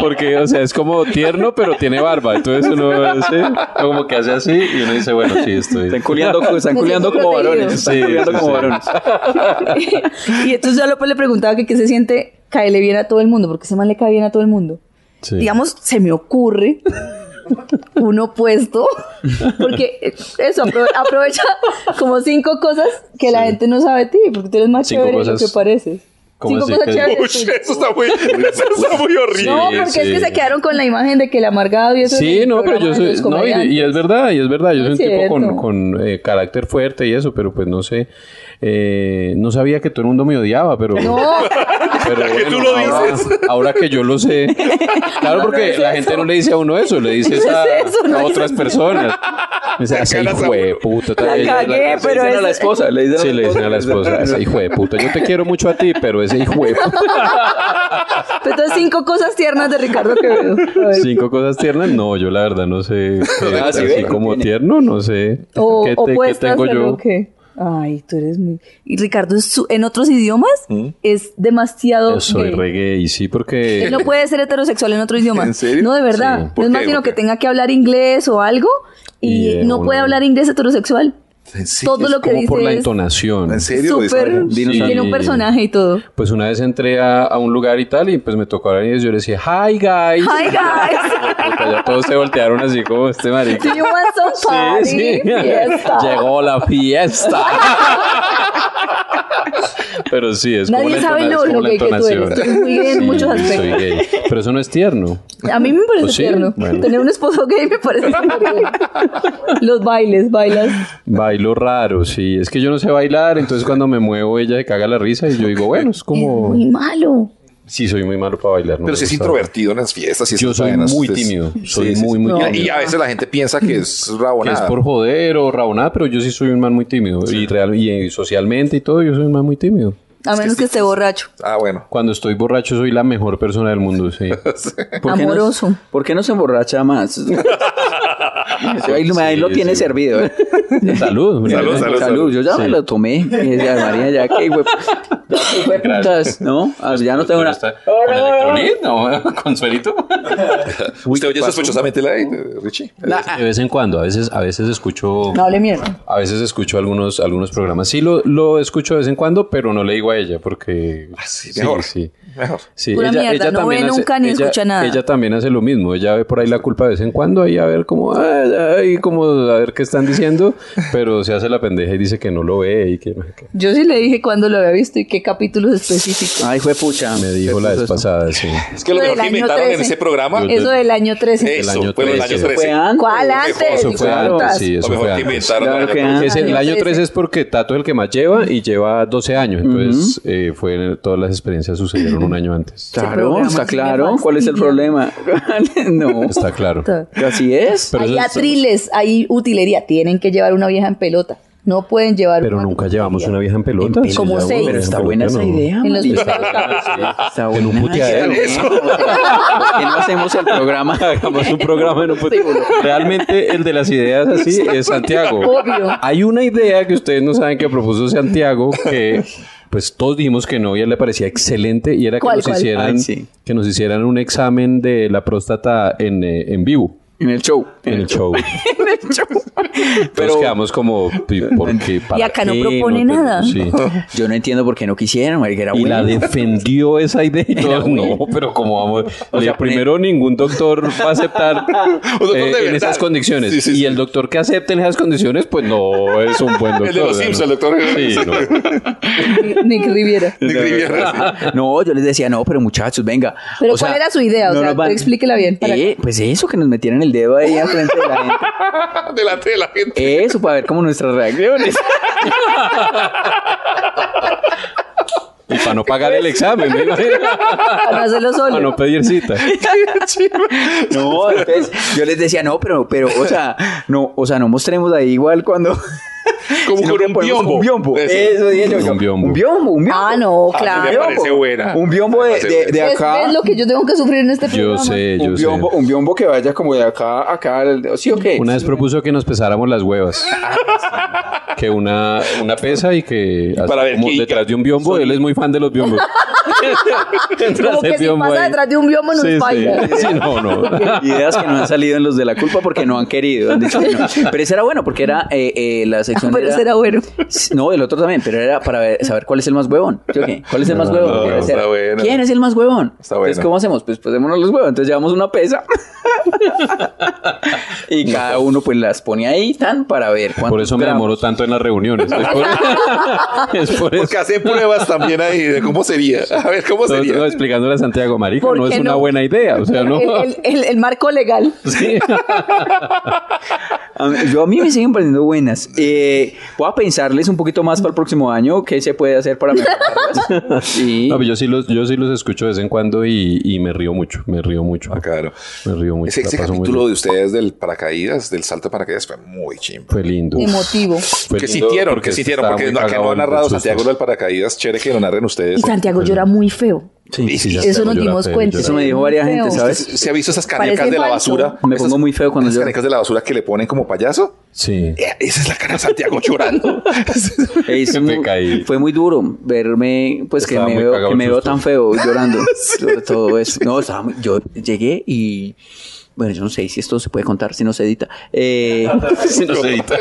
Speaker 3: Porque, o sea, es como tierno, pero tiene barba. Entonces uno sí, como que hace así y uno dice, bueno, sí, estoy.
Speaker 5: Están culiando, están
Speaker 4: Me
Speaker 5: culiando
Speaker 4: siento
Speaker 5: como
Speaker 4: protegido.
Speaker 5: varones. Están
Speaker 3: Sí,
Speaker 5: culiando
Speaker 3: sí,
Speaker 5: como
Speaker 3: sí.
Speaker 5: varones.
Speaker 4: y entonces yo a López le preguntaba que qué se siente caerle bien a todo el mundo, porque ese man le cae bien a todo el mundo.
Speaker 3: Sí.
Speaker 4: Digamos, se me ocurre un opuesto, porque eh, eso, apro- aprovecha como cinco cosas que la gente no sabe de ti, porque tú eres más
Speaker 3: Cinco
Speaker 4: chévere de lo
Speaker 3: cosas-
Speaker 4: que pareces.
Speaker 3: ¿Cómo
Speaker 4: Cinco
Speaker 3: así?
Speaker 4: cosas
Speaker 3: ¿Qué-
Speaker 4: chéveres.
Speaker 1: Uy, eso está muy, eso está muy horrible.
Speaker 4: No, porque es que
Speaker 3: sí.
Speaker 4: se quedaron con la imagen de que el amargado y eso. en
Speaker 3: Sí,
Speaker 4: el
Speaker 3: no, pero yo
Speaker 4: programa de
Speaker 3: soy.
Speaker 4: los
Speaker 3: No, y, y
Speaker 4: comediantes.
Speaker 3: es verdad, y es verdad. Yo
Speaker 4: No
Speaker 3: soy un
Speaker 4: es
Speaker 3: tipo con,
Speaker 4: cierto.
Speaker 3: con, eh, carácter fuerte y eso, pero pues no sé. eh, no sabía que todo el mundo me odiaba, pero.
Speaker 4: No,
Speaker 3: Pero
Speaker 1: Que tú
Speaker 3: bueno,
Speaker 1: lo
Speaker 3: ahora, ahora que yo lo sé. Claro, porque la gente no le dice a uno eso, le dice
Speaker 4: No
Speaker 3: a,
Speaker 4: es eso, no
Speaker 3: a
Speaker 4: es
Speaker 3: otras
Speaker 4: eso.
Speaker 3: personas. Me dice, "Ah, ese
Speaker 1: cagas a
Speaker 3: hijo de
Speaker 1: uno".
Speaker 3: puta.
Speaker 4: La
Speaker 3: tal vez".
Speaker 4: cagué, pues.
Speaker 5: Le
Speaker 4: pero
Speaker 5: dicen a la
Speaker 4: es-
Speaker 5: esposa. Le dicen
Speaker 3: Sí, le dicen a la esposa, ese hijo de puta. Yo te quiero mucho a ti, pero ese hijo de puta.
Speaker 4: entonces cinco cosas tiernas de Ricardo Quevedo. A ver.
Speaker 3: Cinco cosas tiernas, no, yo la verdad no sé. qué-
Speaker 5: Ah, sí,
Speaker 3: así
Speaker 5: ve,
Speaker 3: como
Speaker 5: tiene.
Speaker 3: tierno, no sé.
Speaker 4: O
Speaker 3: ¿Qué, te- qué
Speaker 4: opuestas
Speaker 3: tengo
Speaker 4: a
Speaker 3: yo?
Speaker 4: lo que... Ay, tú eres muy... Y Ricardo, es su- en otros idiomas, es demasiado...
Speaker 3: ¿Mm? Yo soy
Speaker 4: gay.
Speaker 3: reggae y sí, porque.
Speaker 4: Él no puede ser heterosexual en otro idioma.
Speaker 1: Eh, ¿En serio?
Speaker 4: No, de
Speaker 1: Sí.
Speaker 4: verdad.
Speaker 1: ¿Por
Speaker 4: No
Speaker 1: qué?
Speaker 4: es más sino
Speaker 1: ¿Por
Speaker 4: que
Speaker 1: qué?
Speaker 4: tenga que hablar inglés o algo y
Speaker 3: Y, eh,
Speaker 4: no
Speaker 3: uno-
Speaker 4: puede hablar inglés heterosexual.
Speaker 1: ¿En serio?
Speaker 4: Todo lo que
Speaker 3: como
Speaker 4: dice
Speaker 3: por la
Speaker 4: es
Speaker 3: entonación.
Speaker 5: Pues
Speaker 1: ¿En serio? Pues,
Speaker 4: súper...
Speaker 1: Dinosaurio.
Speaker 3: Dinosaurio.
Speaker 4: Tiene un personaje y todo.
Speaker 3: Pues una vez entré a, a un lugar y tal, y pues me tocó hablar y yo le decía, hi guys.
Speaker 4: Hi, guys.
Speaker 3: Puta, ya todos se voltearon así como este marica.
Speaker 4: Do you want some party? Fiesta.
Speaker 3: Llegó la fiesta. Pero sí, es como
Speaker 4: Nadie
Speaker 3: la
Speaker 4: sabe
Speaker 3: entona-
Speaker 4: lo-
Speaker 3: es como
Speaker 4: lo
Speaker 3: la
Speaker 4: gay que tú
Speaker 3: entonación.
Speaker 4: eres. Eres muy gay en
Speaker 3: Sí,
Speaker 4: muchos
Speaker 3: Soy
Speaker 4: aspectos.
Speaker 3: gay. Pero eso no es tierno.
Speaker 4: A mí me parece
Speaker 3: Pues sí,
Speaker 4: tierno.
Speaker 3: bueno.
Speaker 4: Tener un esposo gay me parece tierno. Los bailes, bailas.
Speaker 3: Bailo raro, sí. Es que yo no sé bailar, entonces cuando me muevo ella se caga la risa y yo digo, bueno, es
Speaker 4: Es
Speaker 1: Oh.
Speaker 3: como...
Speaker 4: muy malo.
Speaker 3: Sí, soy muy malo para bailar. no
Speaker 1: Pero
Speaker 3: me
Speaker 1: si es
Speaker 3: gusta.
Speaker 1: introvertido en las fiestas. y
Speaker 3: Yo
Speaker 1: esas
Speaker 3: soy
Speaker 1: vainas, pues,
Speaker 3: muy
Speaker 1: es-
Speaker 3: tímido, soy muy, muy
Speaker 1: Y-
Speaker 3: tímido.
Speaker 1: Y a veces la gente piensa que es
Speaker 3: Que es
Speaker 1: rabonada.
Speaker 3: por joder o rabonada, pero yo sí soy un man muy tímido. Y, real, y eh, socialmente y todo, yo soy un man muy tímido.
Speaker 4: A menos que esté borracho.
Speaker 1: Ah, bueno.
Speaker 3: Cuando estoy borracho soy la mejor persona del mundo, sí.
Speaker 5: qué no-
Speaker 4: Amoroso.
Speaker 5: ¿Por qué no se emborracha más? ahí, lo- ahí lo
Speaker 3: Sí,
Speaker 5: tiene
Speaker 3: sí.
Speaker 5: servido. ¿eh?
Speaker 3: Salud. mira.
Speaker 1: Salud, salud.
Speaker 5: Salud, yo ya me lo tomé. Y decía, María, ya que güey. Ya que güey, putas, ¿no? Ah, Ya no tengo
Speaker 3: Pero
Speaker 5: nada.
Speaker 3: está- ¿Con electrolit? ¿No? ¿Con suerito?
Speaker 1: ¿Usted oye sospechosamente la de Richie?
Speaker 5: Nah,
Speaker 3: De vez en cuando, a veces, a veces escucho...
Speaker 4: No hable mierda.
Speaker 3: A veces escucho algunos, algunos programas. Sí lo, lo escucho de vez en cuando, pero no le digo a ella porque...
Speaker 1: Ah, sí, mejor.
Speaker 3: sí.
Speaker 1: Mejor.
Speaker 3: Sí,
Speaker 4: Pura
Speaker 3: ella,
Speaker 4: mierda,
Speaker 3: ella
Speaker 4: no
Speaker 3: también
Speaker 4: ve
Speaker 3: hace-
Speaker 4: nunca ni
Speaker 3: ella-
Speaker 4: escucha nada.
Speaker 3: Ella también hace lo mismo. Ella ve por ahí la culpa de vez en cuando, ahí a ver como, ay, ay, como a ver qué están diciendo, pero se hace la pendeja y dice que no lo ve y que, no sé qué.
Speaker 4: Yo sí le dije cuándo lo había visto y qué capítulos específicos.
Speaker 1: Ah,
Speaker 5: Ay, fue pucha.
Speaker 3: me dijo la vez pasada, sí.
Speaker 1: Es que lo
Speaker 4: Lo del
Speaker 1: mejor que
Speaker 4: año
Speaker 1: inventaron en
Speaker 4: 13.
Speaker 1: ese programa.
Speaker 3: Yo-
Speaker 4: Eso del año 13.
Speaker 3: el
Speaker 1: Eso,
Speaker 3: año
Speaker 1: fue el año
Speaker 3: 13.
Speaker 1: 13.
Speaker 5: Fue antes.
Speaker 4: ¿Cuál antes?
Speaker 3: Eso fue
Speaker 4: Hijueputas.
Speaker 3: antes, sí, eso
Speaker 1: lo mejor
Speaker 3: fue
Speaker 1: que
Speaker 3: antes.
Speaker 1: inventaron.
Speaker 5: Claro
Speaker 1: el año
Speaker 5: que
Speaker 1: 13.
Speaker 5: antes.
Speaker 3: Es el
Speaker 4: Año
Speaker 3: año
Speaker 4: 13.
Speaker 3: 13 es porque Tato es el que más lleva y lleva 12 años. Entonces, eh, fue todas las experiencias sucedieron un año antes.
Speaker 5: Claro,
Speaker 4: programa
Speaker 5: está
Speaker 4: sí me
Speaker 5: claro. ¿Cuál es el
Speaker 4: fastidia.
Speaker 5: problema? no.
Speaker 3: Está claro.
Speaker 5: Así es.
Speaker 3: Pero
Speaker 4: hay
Speaker 3: eso es-
Speaker 4: atriles, hay utilería. Tienen que llevar una vieja en pelota. No pueden llevar
Speaker 3: Pero
Speaker 4: una
Speaker 3: nunca
Speaker 4: utilería.
Speaker 3: llevamos una vieja en pelota.
Speaker 4: pelota. Como
Speaker 3: Sí,
Speaker 4: seis.
Speaker 5: Pero
Speaker 3: una vieja
Speaker 5: está
Speaker 3: en
Speaker 5: buena
Speaker 3: pelota,
Speaker 5: esa
Speaker 3: no.
Speaker 5: idea.
Speaker 4: En los
Speaker 5: Marita.
Speaker 4: primeros capítulos.
Speaker 5: Está
Speaker 3: En un
Speaker 5: buena
Speaker 3: puteadero.
Speaker 5: idea. ¿Por qué no hacemos el programa?
Speaker 3: Hagamos un programa en un futuro. Realmente el de las ideas así es Santiago.
Speaker 4: Obvio.
Speaker 3: Hay una idea que ustedes no saben que propuso Santiago que pues todos dijimos que no y a él le parecía excelente y era que
Speaker 4: ¿Cuál,
Speaker 3: nos
Speaker 4: cuál?
Speaker 3: hicieran
Speaker 5: Ay, sí.
Speaker 3: que nos hicieran un examen de la próstata en, eh, en vivo
Speaker 5: En el show.
Speaker 3: en el show. Entonces
Speaker 5: En el show.
Speaker 3: quedamos como "Pi- ¿por qué? ¿Para
Speaker 4: acá no
Speaker 3: qué?
Speaker 4: propone
Speaker 3: tenemos-
Speaker 4: nada.
Speaker 3: sí.
Speaker 5: Yo no entiendo por qué no quisieron, marica, era
Speaker 3: Y la
Speaker 5: bueno.
Speaker 3: defendió esa idea y todos, no, pero como vamos,
Speaker 5: O
Speaker 3: Le-
Speaker 5: sea, pone-
Speaker 3: primero ningún doctor va a aceptar
Speaker 1: doctor
Speaker 3: eh,
Speaker 1: de
Speaker 3: en
Speaker 1: verdad.
Speaker 3: esas condiciones.
Speaker 1: Sí, sí,
Speaker 3: y
Speaker 1: sí.
Speaker 3: el doctor que acepte en esas condiciones, pues no es un buen doctor.
Speaker 1: El de los
Speaker 3: ¿no?
Speaker 1: Sims, el doctor.
Speaker 3: Sí, no.
Speaker 4: Nick Riviera.
Speaker 1: Nick Riviera, sí.
Speaker 5: No, yo les decía, no, pero muchachos, venga.
Speaker 4: Pero ¿cuál era su idea? O sea,
Speaker 5: nos van-
Speaker 4: tú explíquela bien, para-
Speaker 5: Eh, pues eso, que nos metieran el dedo ahí al frente de la gente.
Speaker 1: Delante de la gente.
Speaker 5: Eso, para ver cómo nuestras reacciones.
Speaker 3: Y para no pagar el examen, me imagino.
Speaker 4: Para no hacerlo
Speaker 3: Para
Speaker 4: solo.
Speaker 3: Ah, no pues, pedir cita.
Speaker 5: No, entonces yo les decía, no, pero, pero, o sea, no, o sea, no mostremos ahí igual cuando.
Speaker 1: Como
Speaker 5: sino
Speaker 1: con
Speaker 5: que
Speaker 1: un
Speaker 5: ponemos
Speaker 1: biombo.
Speaker 5: Un biombo.
Speaker 1: Eso.
Speaker 5: Eso, dije yo,
Speaker 3: Un
Speaker 5: yo, un
Speaker 3: biombo.
Speaker 5: biombo. Un biombo,
Speaker 4: Ah, no,
Speaker 1: Ah,
Speaker 4: claro.
Speaker 1: Me parece buena.
Speaker 5: Un biombo
Speaker 1: Me
Speaker 5: de,
Speaker 1: parece
Speaker 5: de- de
Speaker 4: ¿Ves,
Speaker 5: acá.
Speaker 4: ves lo que yo tengo que sufrir en este
Speaker 3: Yo
Speaker 4: programa?
Speaker 3: sé, yo
Speaker 5: un,
Speaker 3: sé.
Speaker 5: biombo, un biombo que vaya como de acá a acá. al- ¿Sí o qué?
Speaker 3: Una vez propuso que nos pesáramos las huevas. Que una, una pesa y que así
Speaker 1: para ver
Speaker 3: como
Speaker 1: quién-
Speaker 3: detrás de un biombo, él es muy fan de los biombos. Detrás
Speaker 4: Como
Speaker 3: del
Speaker 4: que si
Speaker 3: biombo
Speaker 4: pasa
Speaker 3: ahí.
Speaker 4: detrás de un biombo no
Speaker 3: Sí,
Speaker 4: es baila.
Speaker 3: sí. Sí, no, no.
Speaker 5: Ideas que no han salido en los de la culpa porque no han querido. han dicho que no. Pero ese era bueno porque era eh, eh, la sección.
Speaker 4: Ah, Pero será bueno.
Speaker 5: No, el otro también, pero era para ver- saber cuál es el más huevón. ¿Sí o qué? ¿Cuál es el más huevón?
Speaker 1: no,
Speaker 5: Porque
Speaker 1: está
Speaker 5: era,
Speaker 1: bueno.
Speaker 5: ¿Quién es el más huevón?
Speaker 1: Está
Speaker 5: Entonces,
Speaker 1: bueno.
Speaker 5: ¿cómo hacemos? Pues posémonos los huevos. Entonces llevamos una pesa y cada uno pues las pone ahí tan para ver cuántos
Speaker 3: Por eso me
Speaker 5: gramos.
Speaker 3: demoro tanto en las reuniones. Es por, es por
Speaker 1: Porque
Speaker 3: eso.
Speaker 1: hacen pruebas también ahí de cómo sería. A ver, ¿cómo
Speaker 3: No, no,
Speaker 1: sería?
Speaker 3: explicándole a Santiago Marico,
Speaker 4: ¿Por
Speaker 3: no
Speaker 4: qué
Speaker 3: es una
Speaker 4: no?
Speaker 3: buena idea. O sea, no.
Speaker 4: El, el- el- el marco legal.
Speaker 3: Sí.
Speaker 5: A mí- yo a mí me siguen pareciendo buenas. Eh, voy a pensarles un poquito más para el próximo año qué se puede hacer para mejorarlas. Sí.
Speaker 3: No, pero yo sí los, yo sí los escucho de vez en cuando y, y me río mucho, me río mucho.
Speaker 1: Ah, claro.
Speaker 3: Me río mucho.
Speaker 1: Ese,
Speaker 3: la
Speaker 1: ese
Speaker 3: paso muy
Speaker 1: capítulo
Speaker 3: bien.
Speaker 1: de ustedes del paracaídas, del salto de paracaídas, fue muy chimbo.
Speaker 3: fue lindo.
Speaker 4: Emotivo.
Speaker 3: Fue
Speaker 1: que
Speaker 3: lindo
Speaker 1: sintieron, que sintieron,
Speaker 3: estaba
Speaker 1: porque
Speaker 3: muy
Speaker 1: no, acá
Speaker 3: cagado pues.
Speaker 1: no ha
Speaker 3: en
Speaker 1: narrado
Speaker 3: los sustos.
Speaker 1: Santiago lo del paracaídas, chévere que lo narren ustedes.
Speaker 4: Y Santiago llora muy feo.
Speaker 3: Sí, sí,
Speaker 4: Eso
Speaker 3: Santiago
Speaker 4: nos
Speaker 3: llora
Speaker 4: dimos
Speaker 3: feo,
Speaker 4: cuenta.
Speaker 3: llora
Speaker 5: Eso me dijo varias
Speaker 4: Feo.
Speaker 5: gente, ¿sabes?
Speaker 1: ¿Se ha visto esas canecas
Speaker 4: Parece
Speaker 1: de la
Speaker 4: falso.
Speaker 1: basura?
Speaker 5: Me
Speaker 1: Esas-
Speaker 5: pongo muy feo cuando
Speaker 1: Esas
Speaker 5: yo...
Speaker 1: canecas de la basura que le ponen como payaso.
Speaker 3: Sí.
Speaker 1: Eh, Esa es la cara de Santiago llorando.
Speaker 5: Es
Speaker 3: Que me
Speaker 5: muy-
Speaker 3: caí.
Speaker 5: Fue muy duro verme, pues que
Speaker 3: Estaba
Speaker 5: me,
Speaker 3: muy
Speaker 5: veo,
Speaker 3: cagado
Speaker 5: que
Speaker 3: el
Speaker 5: me veo
Speaker 3: susto.
Speaker 5: tan feo llorando. Sobre todo eso. No, estaba muy- yo llegué y Bueno, yo no sé si esto se puede contar, si no se edita. Eh, si no se edita.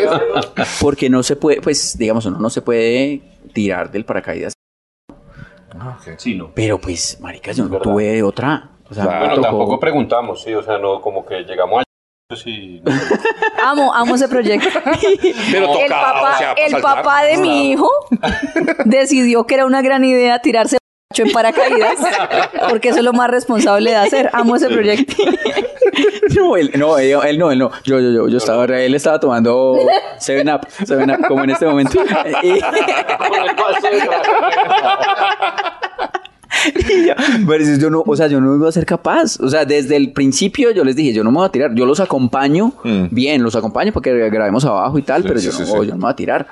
Speaker 5: Porque no se puede, pues, digamos, uno no se puede tirar del paracaídas.
Speaker 6: Sí, no.
Speaker 5: Pero pues, marica, yo no
Speaker 6: verdad.
Speaker 5: tuve otra. O sea,
Speaker 1: Claro.
Speaker 5: me
Speaker 6: Bueno,
Speaker 5: tocó-
Speaker 6: tampoco preguntamos, sí, o sea, no, como que llegamos
Speaker 3: Pues
Speaker 6: a... Sí, no.
Speaker 4: Amo, amo ese proyecto.
Speaker 1: Pero tocaba,
Speaker 4: el papá,
Speaker 1: o sea, para
Speaker 4: el
Speaker 1: saltar.
Speaker 4: papá de mi hijo decidió que era una gran idea tirarse borracho en paracaídas porque eso es lo más responsable de hacer. Amo ese proyecto.
Speaker 5: No, él no, él, él no, él no. Yo, yo, yo, yo estaba, él estaba tomando Seven Up, Seven Up, como en este momento. Y- Y ya, pero si yo no, o sea, yo no iba a ser capaz. O sea, desde el principio yo les dije, yo no me voy a tirar. Yo los acompaño
Speaker 1: Mm.
Speaker 5: bien, los acompaño porque grabemos abajo y tal,
Speaker 1: Sí,
Speaker 5: pero
Speaker 1: sí,
Speaker 5: yo,
Speaker 1: sí,
Speaker 5: no,
Speaker 1: sí.
Speaker 5: yo no me voy a tirar.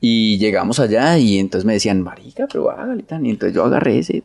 Speaker 5: Y llegamos allá y entonces me decían, marica, pero hágale tan. Y entonces yo agarré ese.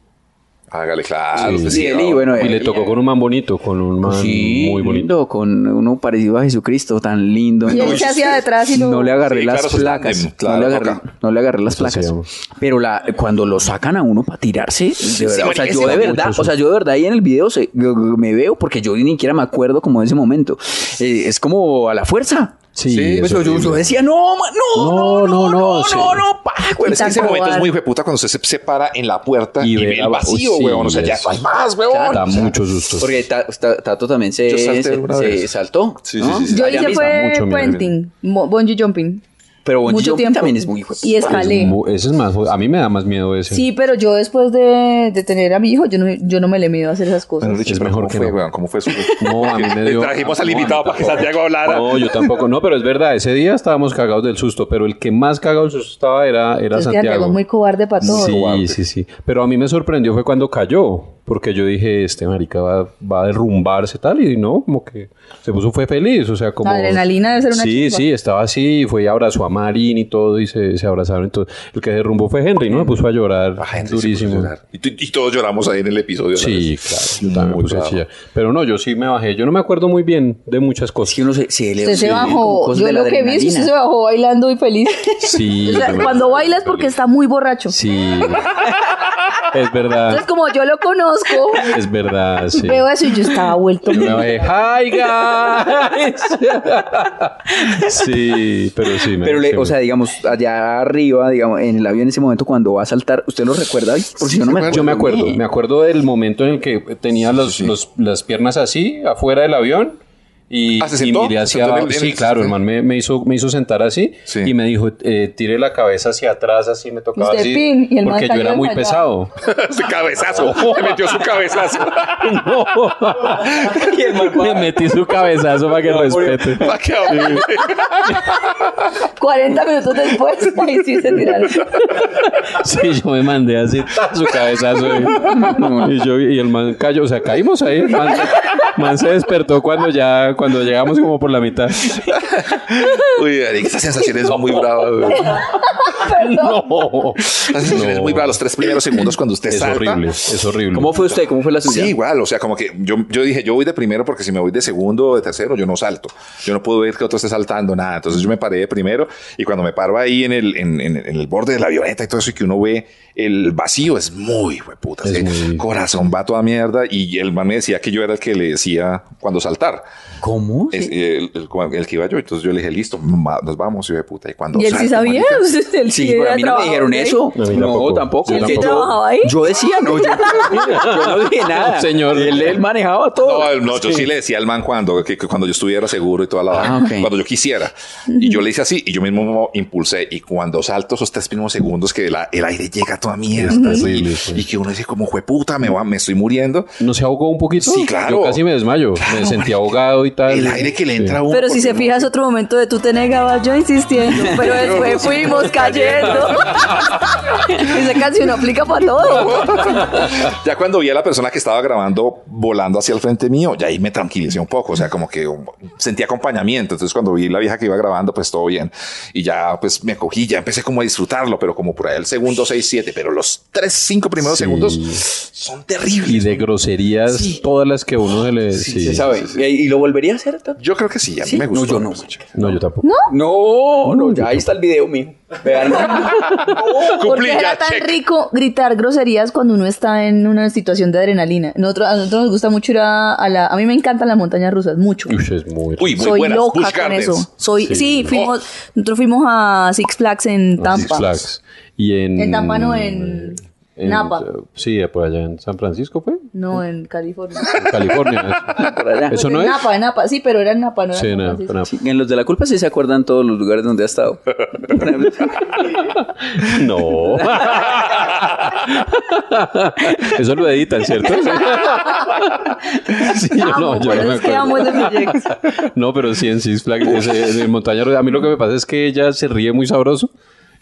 Speaker 1: Hágale, claro.
Speaker 3: Sí,
Speaker 1: pues
Speaker 5: Y él, y
Speaker 1: no.
Speaker 5: bueno,
Speaker 3: Y le
Speaker 5: él-
Speaker 3: tocó con un man bonito, con un man
Speaker 5: Sí,
Speaker 3: muy bonito.
Speaker 5: lindo, con uno parecido a Jesucristo, tan lindo.
Speaker 4: Y él se hacía detrás y lo-
Speaker 5: No le agarré
Speaker 1: Sí,
Speaker 5: las
Speaker 1: claro, eso es
Speaker 5: placas.
Speaker 1: tándem, claro,
Speaker 5: no, le agarré,
Speaker 1: toca.
Speaker 5: no le agarré las
Speaker 3: Eso se
Speaker 5: placas.
Speaker 3: llama.
Speaker 5: Pero la, cuando lo sacan a uno para tirarse, de verdad, o sea,
Speaker 1: marica,
Speaker 5: yo
Speaker 1: sí,
Speaker 5: de
Speaker 1: da
Speaker 5: verdad, o sea, yo de verdad ahí en el video se- yo- yo me veo porque yo ni siquiera me acuerdo como de ese momento. Eh, es como a la fuerza.
Speaker 3: Sí, es
Speaker 5: Pues yo, yo-
Speaker 3: horrible.
Speaker 5: yo decía, no, ma- no, no, no, no, no,
Speaker 3: sí.
Speaker 5: no, pa, güey".
Speaker 1: Es que ese
Speaker 4: Tan
Speaker 1: momento es
Speaker 4: cobarde.
Speaker 1: muy hueputa cuando usted se separa en la puerta y,
Speaker 3: Y
Speaker 1: ve
Speaker 3: ve la-
Speaker 1: el vacío,
Speaker 3: Uy, sí,
Speaker 1: huevón. O sea, ya
Speaker 3: eso.
Speaker 1: no hay más, huevón.
Speaker 3: Da
Speaker 1: O sea,
Speaker 3: mucho susto.
Speaker 5: Porque Ta- Ta- Tato también se,
Speaker 1: Yo salté
Speaker 5: se-
Speaker 1: alguna
Speaker 5: se
Speaker 1: vez.
Speaker 5: saltó.
Speaker 1: Sí,
Speaker 5: ¿no?
Speaker 1: sí, sí, sí.
Speaker 4: Yo
Speaker 5: Allá
Speaker 4: hice
Speaker 5: mismo.
Speaker 4: fue
Speaker 3: mucho, mi
Speaker 4: puenting, mo- bungee jumping.
Speaker 5: Pero bungee
Speaker 4: mucho
Speaker 5: jumping
Speaker 4: tiempo.
Speaker 5: también es muy hijo de
Speaker 4: Y
Speaker 5: puta.
Speaker 4: escalé.
Speaker 3: Bu- Ese es más, a mí me da más miedo ese.
Speaker 4: Sí, pero yo después de, de tener a mi hijo, yo no, yo no me le mido a hacer esas cosas.
Speaker 1: Bueno, Richie,
Speaker 3: Es
Speaker 1: pero
Speaker 3: mejor
Speaker 1: ¿cómo
Speaker 3: que
Speaker 1: fue,
Speaker 3: no.
Speaker 1: huevón? ¿Cómo fue su.?
Speaker 3: No, a mí me
Speaker 1: Le
Speaker 3: dio.
Speaker 1: trajimos al
Speaker 3: no, a mí
Speaker 1: invitado para que
Speaker 3: tampoco.
Speaker 1: Santiago hablara.
Speaker 3: No, yo tampoco. No, pero es verdad, ese día estábamos cagados del susto, pero el que más cagado del susto estaba era, era
Speaker 4: Es que
Speaker 3: Santiago.
Speaker 4: Santiago es muy cobarde para todo.
Speaker 3: Sí, sí, sí. Pero a mí me sorprendió fue cuando cayó, porque yo dije, este marica va, va a derrumbarse tal, y no, como que se puso, fue feliz, o sea, como...
Speaker 4: La adrenalina debe ser una
Speaker 3: Sí,
Speaker 4: chimba.
Speaker 3: sí, estaba así, y fue y abrazó a Marín y todo, y se, se abrazaron y todo. El que derrumbó fue Henry, ¿no? Me puso a llorar
Speaker 1: Ah, gente, sí,
Speaker 3: durísimo.
Speaker 1: puso a llorar. Y, tú- y todos lloramos ahí en el episodio.
Speaker 3: Sí, claro,
Speaker 1: ¿sabes?
Speaker 3: yo también
Speaker 1: Muy
Speaker 3: me puse a
Speaker 1: bravo.
Speaker 3: chillar. Pero no, yo sí me bajé. Yo no me acuerdo muy bien de muchas
Speaker 5: Es
Speaker 3: cosas.
Speaker 5: que uno se, se eleva.
Speaker 4: Usted se
Speaker 5: se eleva como
Speaker 4: bajó.
Speaker 5: cosas
Speaker 4: Yo
Speaker 5: de
Speaker 4: lo
Speaker 5: la
Speaker 4: que vi es que usted se
Speaker 5: adrenalina.
Speaker 4: bajó bailando y feliz.
Speaker 3: Sí.
Speaker 4: O sea,
Speaker 3: yo me-
Speaker 4: cuando baila es porque está muy borracho.
Speaker 3: Sí. es
Speaker 4: Entonces,
Speaker 3: verdad,
Speaker 4: como yo lo conozco,
Speaker 3: es verdad, sí.
Speaker 4: veo eso y yo estaba vuelto.
Speaker 3: Yo me bajé, hi guys. sí, pero sí. me-
Speaker 5: Pero, le-
Speaker 3: sí me-
Speaker 5: o sea, digamos, allá arriba, digamos, en el avión en ese momento cuando va a saltar, ¿usted lo recuerda? Ay, Porque yo no me acuerdo.
Speaker 3: yo me acuerdo,
Speaker 5: bien.
Speaker 3: me acuerdo del momento en el que tenía los, los- las piernas así, afuera del avión. Y,
Speaker 1: Ah, ¿se
Speaker 3: y
Speaker 1: sentó?
Speaker 3: miré
Speaker 1: ¿Se
Speaker 3: hacia
Speaker 1: sentó en el- en
Speaker 3: Sí,
Speaker 1: el-
Speaker 3: claro, hermano, me, me hizo, me hizo sentar así
Speaker 1: Sí.
Speaker 3: y me dijo, eh, tire la cabeza hacia atrás, así me tocaba
Speaker 4: Usted,
Speaker 3: así.
Speaker 4: pin, y el man
Speaker 3: porque yo
Speaker 4: cayó
Speaker 3: era muy
Speaker 4: desmayado.
Speaker 3: pesado.
Speaker 1: Ese cabezazo. Se metió su cabezazo.
Speaker 3: no. me metí su cabezazo para que respete.
Speaker 1: Va a quedar-
Speaker 4: 40 minutos después, ahí sí se tiraron.
Speaker 3: Sí, yo me mandé así, ta, su cabezazo. Y, y yo, y el man cayó, o sea, caímos ahí. El man, man se despertó cuando ya, cuando llegamos como por la mitad.
Speaker 1: Uy, Eric, esa sensación es muy brava. güey.
Speaker 3: No.
Speaker 1: Esa sensación es muy brava. Los tres primeros segundos cuando usted
Speaker 3: Es
Speaker 1: salta.
Speaker 3: horrible, es horrible.
Speaker 5: ¿Cómo fue usted? ¿Cómo fue la suya?
Speaker 1: Sí, igual, o sea, como que yo, yo dije, yo voy de primero porque si me voy de segundo o de tercero, yo no salto. Yo no puedo ver que otro esté saltando, nada. Entonces yo me paré de primero y cuando me paro ahí en el, en, en- en el borde de la avioneta y todo eso y que uno ve el vacío, es muy, hueputa.
Speaker 3: Es
Speaker 1: ese
Speaker 3: muy-
Speaker 1: Corazón va a toda mierda y el man me decía que yo era el que le decía cuando saltar.
Speaker 5: ¿Cómo?
Speaker 1: Es- el, el- el que iba yo. Entonces yo le dije, listo, ma- nos vamos, hijo de puta. Y cuando
Speaker 4: Y él sí
Speaker 1: salte,
Speaker 4: sabía.
Speaker 1: marica,
Speaker 4: Usted, él
Speaker 5: Sí,
Speaker 4: sí
Speaker 5: pero
Speaker 4: había
Speaker 5: a mí no me
Speaker 4: trabajado
Speaker 5: dijeron
Speaker 4: ahí.
Speaker 5: eso.
Speaker 3: A mí
Speaker 5: No,
Speaker 3: tampoco.
Speaker 5: tampoco.
Speaker 3: Yo
Speaker 5: Yo,
Speaker 3: tampoco.
Speaker 4: ¿Trabajaba ahí?
Speaker 5: yo decía, no, yo, yo no dije nada.
Speaker 3: No, señor.
Speaker 5: Él, él manejaba todo.
Speaker 1: No, no, yo sí le decía al man cuando, que, que cuando yo estuviera seguro y toda la vaina,
Speaker 5: Ah, ok.
Speaker 1: cuando yo quisiera. Y yo le hice así y yo mismo me impulsé. Y cuando salto esos tres primeros segundos que la- el aire llega a toda mierda
Speaker 3: Es
Speaker 1: y,
Speaker 3: terrible,
Speaker 5: pues.
Speaker 3: sí.
Speaker 1: y que uno dice como, jueputa, me, va- me estoy muriendo.
Speaker 3: ¿No se ahogó un poquito?
Speaker 1: Sí, claro.
Speaker 3: Yo casi me desmayo.
Speaker 1: Claro,
Speaker 3: me sentí
Speaker 1: marica.
Speaker 3: ahogado y tal.
Speaker 1: El aire que le entra a uno.
Speaker 4: Pero si
Speaker 1: porque
Speaker 4: se
Speaker 1: no-
Speaker 4: fija es otro momento de tú te negabas yo insistiendo, pero después fuimos cayendo. Esa canción aplica para todo.
Speaker 1: Ya cuando vi a la persona que estaba grabando volando hacia el frente mío, ya ahí me tranquilicé un poco, o sea, como que um, sentí acompañamiento. Entonces cuando vi la vieja que iba grabando, pues todo bien. Y ya pues me cogí, ya empecé como a disfrutarlo, pero como por ahí el segundo 6, 7, pero los 3, 5 primeros
Speaker 3: Sí.
Speaker 1: segundos son
Speaker 3: Y
Speaker 1: terribles.
Speaker 3: de groserías,
Speaker 1: Sí.
Speaker 3: todas las que uno se le.
Speaker 1: Sí,
Speaker 3: sí.
Speaker 1: sí,
Speaker 5: sabe.
Speaker 1: sí, sí.
Speaker 5: ¿Y y lo volvería a hacer? Tato?
Speaker 1: Yo creo que sí, a mí
Speaker 5: ¿Sí?
Speaker 1: me
Speaker 5: No,
Speaker 1: gustó.
Speaker 5: yo no,
Speaker 1: Pues,
Speaker 3: No, yo tampoco.
Speaker 5: No, no, ya ahí está el video, mijo. Vean.
Speaker 1: Cumplí,
Speaker 4: Porque
Speaker 1: ya,
Speaker 4: era tan
Speaker 1: check.
Speaker 4: rico gritar groserías cuando uno está en una situación de adrenalina. Nosotros, a nosotros nos gusta mucho ir a, a la... A mí me encantan las montañas rusas, mucho.
Speaker 3: Uy, es muy...
Speaker 1: Uy, muy
Speaker 4: Soy
Speaker 1: buenas.
Speaker 4: loca
Speaker 1: Busch
Speaker 4: con
Speaker 1: Gardens.
Speaker 4: eso. Soy,
Speaker 3: Sí.
Speaker 4: sí, fuimos, nosotros fuimos a Six Flags en Tampa.
Speaker 3: Six Flags. Y en...
Speaker 4: En Tampa no, en Napa.
Speaker 3: Sí, por allá en San Francisco fue.
Speaker 4: No, en California.
Speaker 3: En California.
Speaker 5: Por allá.
Speaker 3: Eso
Speaker 4: Pues
Speaker 3: no
Speaker 4: en
Speaker 3: es.
Speaker 4: Napa, en Napa, sí, pero era en Napa, no era
Speaker 3: Sí,
Speaker 4: en San
Speaker 3: no,
Speaker 4: Francisco.
Speaker 3: no.
Speaker 5: Sí, en los de la culpa sí se acuerdan todos los lugares donde ha estado.
Speaker 3: No. Eso lo editan, ¿cierto? Sí, yo
Speaker 4: Amo,
Speaker 3: no, yo
Speaker 4: pero
Speaker 3: no me
Speaker 4: Ah, es que amo
Speaker 3: acuerdo.
Speaker 4: ese proyecto.
Speaker 3: No, pero sí, en Six Flags, ese- en Montaña Rusa. A mí lo que me pasa es que ella se ríe muy sabroso.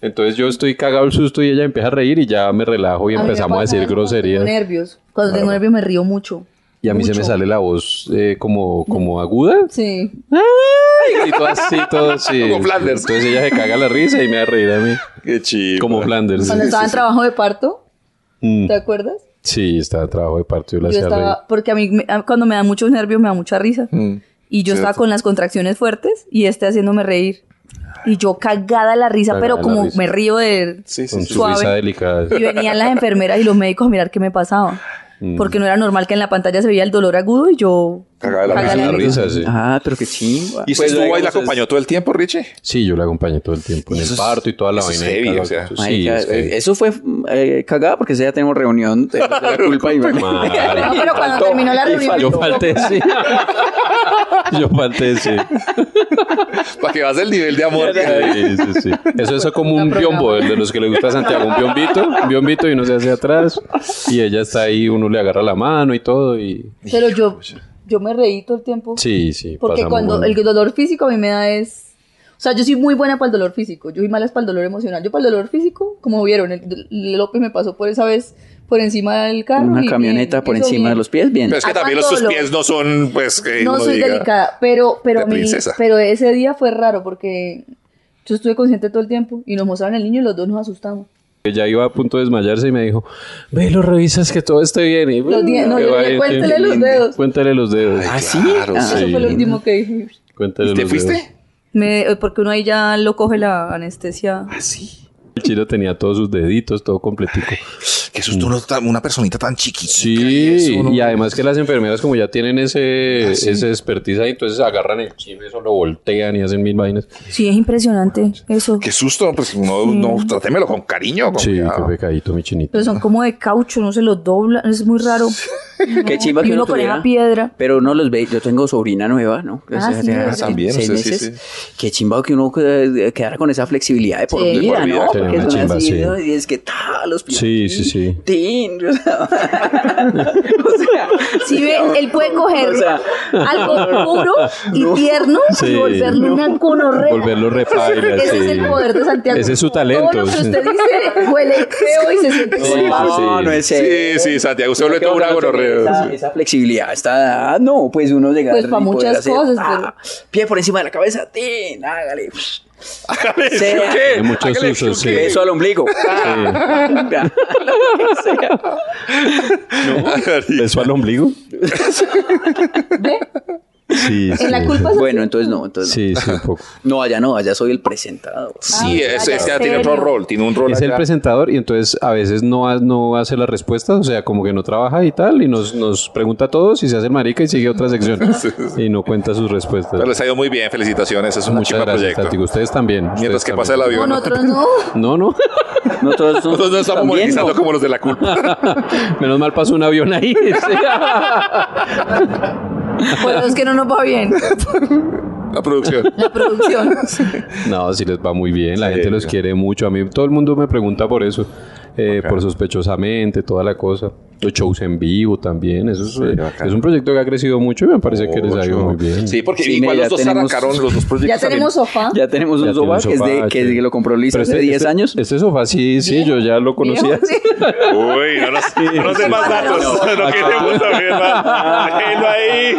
Speaker 3: Entonces yo estoy cagado el susto y ella empieza a reír y ya me relajo y
Speaker 4: mí me
Speaker 3: empezamos a
Speaker 4: pasa
Speaker 3: decir
Speaker 4: eso
Speaker 3: groserías.
Speaker 4: Cuando tengo nervios. Cuando tengo
Speaker 3: Claro.
Speaker 4: nervios me río mucho.
Speaker 3: Y a mí se me
Speaker 4: Mucho.
Speaker 3: sale la voz eh, como, como aguda.
Speaker 4: Sí.
Speaker 3: Y todo así, todo así.
Speaker 1: Como Flanders.
Speaker 3: Entonces ella se caga la risa y me da reír a mí.
Speaker 1: Qué chido.
Speaker 3: Como Flanders.
Speaker 4: Cuando estaba en trabajo de parto,
Speaker 3: Mm.
Speaker 4: ¿te acuerdas?
Speaker 3: Sí, estaba en trabajo de partido. La
Speaker 4: Yo
Speaker 3: hacía reír. Mm,
Speaker 4: estaba, porque a mí me- a- cuando me da muchos nervios me da mucha risa. Y yo estaba
Speaker 1: Cierto.
Speaker 4: con las contracciones fuertes y este haciéndome reír. Y yo cagada la risa,
Speaker 3: Cagada
Speaker 4: pero
Speaker 3: la
Speaker 4: como
Speaker 3: risa.
Speaker 4: me río de
Speaker 1: Sí, sí,
Speaker 3: Con
Speaker 1: sí.
Speaker 3: su risa
Speaker 4: suave.
Speaker 3: delicada.
Speaker 4: Y venían las enfermeras y los médicos a mirar qué me pasaba.
Speaker 3: Mm.
Speaker 4: Porque no era normal que en la pantalla se veía el dolor agudo y yo...
Speaker 1: Cagada la
Speaker 4: cagada
Speaker 1: risa.
Speaker 3: La risa, sí.
Speaker 5: Ah, pero qué chimba.
Speaker 1: ¿Y usted
Speaker 5: Pues,
Speaker 1: estuvo ahí,
Speaker 5: digamos,
Speaker 1: la
Speaker 5: es-
Speaker 1: acompañó todo el tiempo, Richie?
Speaker 3: Sí, yo la acompañé todo el tiempo en el parto y toda la
Speaker 1: eso es
Speaker 3: vaina.
Speaker 1: heavy,
Speaker 3: Claro,
Speaker 1: o sea.
Speaker 3: sí,
Speaker 5: Marica,
Speaker 3: es heavy.
Speaker 5: eh, eso fue eh, cagada porque ese día tenemos reunión de, de la culpa y
Speaker 4: No, pero cuando
Speaker 5: Faltó,
Speaker 4: terminó la
Speaker 5: y
Speaker 4: reunión...
Speaker 3: Yo falté, sí. Yo falté, sí.
Speaker 1: Para que vas del nivel de amor. que-
Speaker 3: Sí, sí, sí. Eso es como un biombo, el de los que le gusta a Santiago, un biombito, un biombito y uno se hace atrás y ella está ahí, uno le agarra la mano y todo y
Speaker 4: Pero yo, yo me reí todo el tiempo.
Speaker 3: sí, sí.
Speaker 4: Porque
Speaker 3: pasamos
Speaker 4: cuando
Speaker 3: bueno.
Speaker 4: el dolor físico a mí me da es... O sea, yo soy muy buena para el dolor físico, yo soy mala para el dolor emocional. Yo para el dolor físico, como vieron, el, el López me pasó por esa vez por encima del carro. y
Speaker 5: Una
Speaker 4: bien,
Speaker 5: camioneta por
Speaker 4: hizo
Speaker 5: encima
Speaker 4: bien.
Speaker 5: de los pies, bien.
Speaker 1: Pero es que
Speaker 4: Aguanto
Speaker 1: también los sus
Speaker 4: lo-
Speaker 1: pies no son, pues, que
Speaker 4: No
Speaker 1: uno
Speaker 4: soy
Speaker 1: diga,
Speaker 4: delicada, pero, pero,
Speaker 1: de
Speaker 4: a mí-
Speaker 1: princesa.
Speaker 4: pero ese día fue raro porque yo estuve consciente todo el tiempo y nos mostraron el niño y los dos nos asustamos.
Speaker 3: ella iba a punto de desmayarse y me dijo, "Ve, lo revisas que todo esté bien." Y,
Speaker 4: Los die- no,
Speaker 3: que
Speaker 4: yo
Speaker 3: va
Speaker 4: le-
Speaker 3: bien,
Speaker 4: cuéntele
Speaker 3: sí.
Speaker 4: los dedos.
Speaker 3: Cuéntale los dedos.
Speaker 5: ¿Ah, sí?
Speaker 1: claro,
Speaker 5: Ah,
Speaker 1: sí.
Speaker 4: Eso
Speaker 3: Sí.
Speaker 4: fue lo último que dije.
Speaker 3: Cuéntale
Speaker 1: ¿Y te
Speaker 3: los dedos.
Speaker 1: fuiste?
Speaker 4: Me- eh, porque uno ahí ya lo coge la anestesia.
Speaker 3: El chino tenía todos sus deditos, todo completico. Mm.
Speaker 1: Que eso es uno tan- una personita tan chiquita.
Speaker 3: Sí, y además que las enfermeras como ya tienen
Speaker 1: Ah,
Speaker 3: ese, ese expertise ahí, entonces agarran el chino, eso lo voltean y hacen mil vainas.
Speaker 4: Sí, es impresionante eso.
Speaker 1: Qué susto, pues no, no, trátemelo con cariño. Con
Speaker 3: Sí, qué
Speaker 1: cuidado.
Speaker 3: pecadito, mi chinito.
Speaker 4: Pero son como de caucho, no se los dobla, es muy raro.
Speaker 5: Qué chimba
Speaker 4: Y
Speaker 5: que
Speaker 4: uno
Speaker 5: uno
Speaker 4: con
Speaker 5: tuviera.
Speaker 4: esa piedra.
Speaker 5: Pero no los ve. Yo tengo sobrina nueva, ¿no? Que
Speaker 4: Ah,
Speaker 5: se-
Speaker 4: sí,
Speaker 5: se-
Speaker 4: ¿verdad?
Speaker 5: se-
Speaker 1: También,
Speaker 5: seis
Speaker 1: sí, sí,
Speaker 5: meses. Qué chimba que uno eh, quedara con esa flexibilidad de por
Speaker 4: Sí.
Speaker 5: vida,
Speaker 1: De por vida,
Speaker 5: ¿no?
Speaker 1: sí,
Speaker 5: Porque
Speaker 3: una
Speaker 5: son
Speaker 3: chimba,
Speaker 5: así,
Speaker 3: sí.
Speaker 5: ¿no? Y es que ta, los pies.
Speaker 3: Sí, sí, sí.
Speaker 5: Tin, o sea, o sea,
Speaker 4: Si ve, él puede coger
Speaker 5: O sea,
Speaker 4: algo puro y
Speaker 5: No.
Speaker 4: tierno
Speaker 3: Sí.
Speaker 4: y volverlo una conorrea.
Speaker 3: Volverlo repaila,
Speaker 4: Ese es
Speaker 3: sí.
Speaker 4: el poder de Santiago.
Speaker 3: Ese es su talento.
Speaker 4: Todo lo que usted dice huele feo y se siente
Speaker 3: Sí,
Speaker 4: como-
Speaker 3: sí,
Speaker 5: no,
Speaker 3: sí.
Speaker 5: no es
Speaker 1: Sí, sí, Santiago, se
Speaker 5: Creo
Speaker 1: vuelve
Speaker 5: que
Speaker 1: todo un
Speaker 5: uno no tiene
Speaker 1: agororreo.
Speaker 5: Esa, esa flexibilidad, esta edad, no, pues uno llega
Speaker 4: Pues para muchas cosas, pero-
Speaker 5: ah, Pie por encima de la cabeza, tin, hágale. Sí.
Speaker 3: Tiene muchos usos, sí.
Speaker 5: Beso al ombligo. Ah, lo que sea.
Speaker 3: ¿Eso al ombligo?
Speaker 4: ¿Ve?
Speaker 3: Sí, sí.
Speaker 4: En la culpa se
Speaker 5: Bueno, entonces no, entonces no.
Speaker 3: Sí, sí, un poco.
Speaker 5: No, allá no, allá soy el presentador.
Speaker 1: Sí,
Speaker 4: Ah,
Speaker 1: ese,
Speaker 4: ya,
Speaker 1: ese
Speaker 4: ¿en
Speaker 1: tiene otro
Speaker 4: serio?
Speaker 1: rol, tiene un rol.
Speaker 3: Es el
Speaker 1: acá.
Speaker 3: presentador y entonces a veces no, ha- no hace las respuestas, o sea, como que no trabaja y tal, y nos, nos pregunta a todos y se hace el marica y sigue otra sección. Y no cuenta sus respuestas.
Speaker 1: Pero les ha ido muy bien, felicitaciones, es un
Speaker 3: Muchas
Speaker 1: chico
Speaker 3: gracias,
Speaker 1: proyecto.
Speaker 3: Tático. Ustedes también.
Speaker 1: Mientras
Speaker 3: ustedes
Speaker 1: que
Speaker 3: también.
Speaker 1: pasa el avión.
Speaker 4: con
Speaker 1: ¿no?
Speaker 4: otros no.
Speaker 3: No, no.
Speaker 5: Nosotros,
Speaker 1: Nosotros no estamos
Speaker 5: también
Speaker 1: monetizando
Speaker 5: no.
Speaker 1: como los de la culpa.
Speaker 3: Menos mal pasó un avión ahí.
Speaker 4: Bueno, es que no nos va bien
Speaker 1: La producción.
Speaker 4: la producción.
Speaker 3: No, sí les va muy bien, la
Speaker 1: Sí,
Speaker 3: gente los
Speaker 1: claro.
Speaker 3: quiere mucho. A mí todo el mundo me pregunta por eso, eh, por sospechosamente, toda la cosa. Los shows en vivo también, eso es, eh,
Speaker 1: bacán.
Speaker 3: es un proyecto que ha crecido mucho y me parece que les ha ido
Speaker 1: Ocho.
Speaker 3: muy bien.
Speaker 1: Sí, porque
Speaker 5: Sí,
Speaker 1: igual los
Speaker 5: mira, ya
Speaker 1: dos
Speaker 5: tenemos-
Speaker 1: arrancaron los dos
Speaker 4: Ya
Speaker 1: proyectos.
Speaker 4: tenemos
Speaker 1: también.
Speaker 4: sofá.
Speaker 5: Ya tenemos
Speaker 3: Ya
Speaker 5: un
Speaker 3: tiene
Speaker 5: sofá, que, es de,
Speaker 3: sofá,
Speaker 5: que,
Speaker 3: sí.
Speaker 5: lo compró Liz
Speaker 3: Pero
Speaker 5: hace
Speaker 3: este-
Speaker 5: 10
Speaker 3: este-
Speaker 5: años.
Speaker 3: Este sofá sí, sí, yo ya lo conocía.
Speaker 4: Viejo, sí.
Speaker 1: Uy, no nos, no nos den más datos. No, queremos saber más. Déjenlo ahí.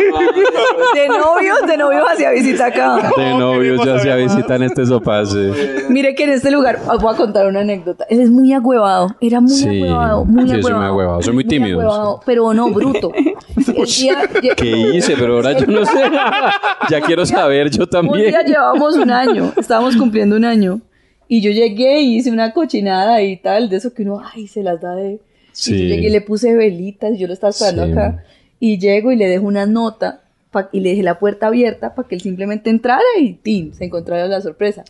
Speaker 4: De novios, de novios hacia visita acá.
Speaker 3: De novios ya se visitan este sofá, sí.
Speaker 4: Mire que en ah, este lugar, os voy a contar una anécdota. Él es muy agüevado, era muy
Speaker 3: Sí,
Speaker 4: agüevado, muy
Speaker 3: sí, soy
Speaker 4: agüevado.
Speaker 3: muy agüevado, soy muy Tímidos.
Speaker 4: huevado, pero no bruto. El día-
Speaker 3: ¿Qué hice? Pero ahora yo no sé. ya quiero saber yo
Speaker 4: Un
Speaker 3: también.
Speaker 4: día llevábamos un año, estábamos cumpliendo un año. Y yo llegué y hice una cochinada y tal, de eso que uno, ay, se las da de...
Speaker 3: Sí.
Speaker 4: Y yo llegué y le puse velitas, yo lo estaba esperando
Speaker 3: Sí.
Speaker 4: acá. Y llego y le dejo una nota pa- y le dejé la puerta abierta para que él simplemente entrara y ¡tim! se encontrara la sorpresa.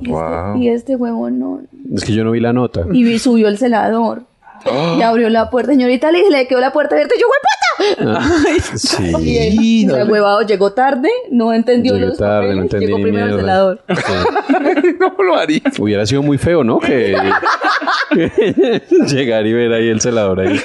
Speaker 4: Y,
Speaker 1: Wow.
Speaker 4: este, y este huevón no.
Speaker 3: Es que yo no vi la nota.
Speaker 4: Y vi- subió el celador.
Speaker 3: Ah.
Speaker 4: Y abrió la puerta, señorita, le dije, le quedó la puerta abierta y yo, ¡hueputa! Y él,
Speaker 1: Sí, no,
Speaker 4: el huevado llegó tarde, no entendió
Speaker 3: Llegué
Speaker 4: los
Speaker 3: tarde, no
Speaker 4: papeles,
Speaker 3: entendí
Speaker 4: llegó
Speaker 3: ni
Speaker 4: primero el
Speaker 3: mierda.
Speaker 4: celador.
Speaker 1: no lo haría.
Speaker 3: Hubiera sido muy feo, ¿no? Que, que llegar y ver ahí el celador ahí.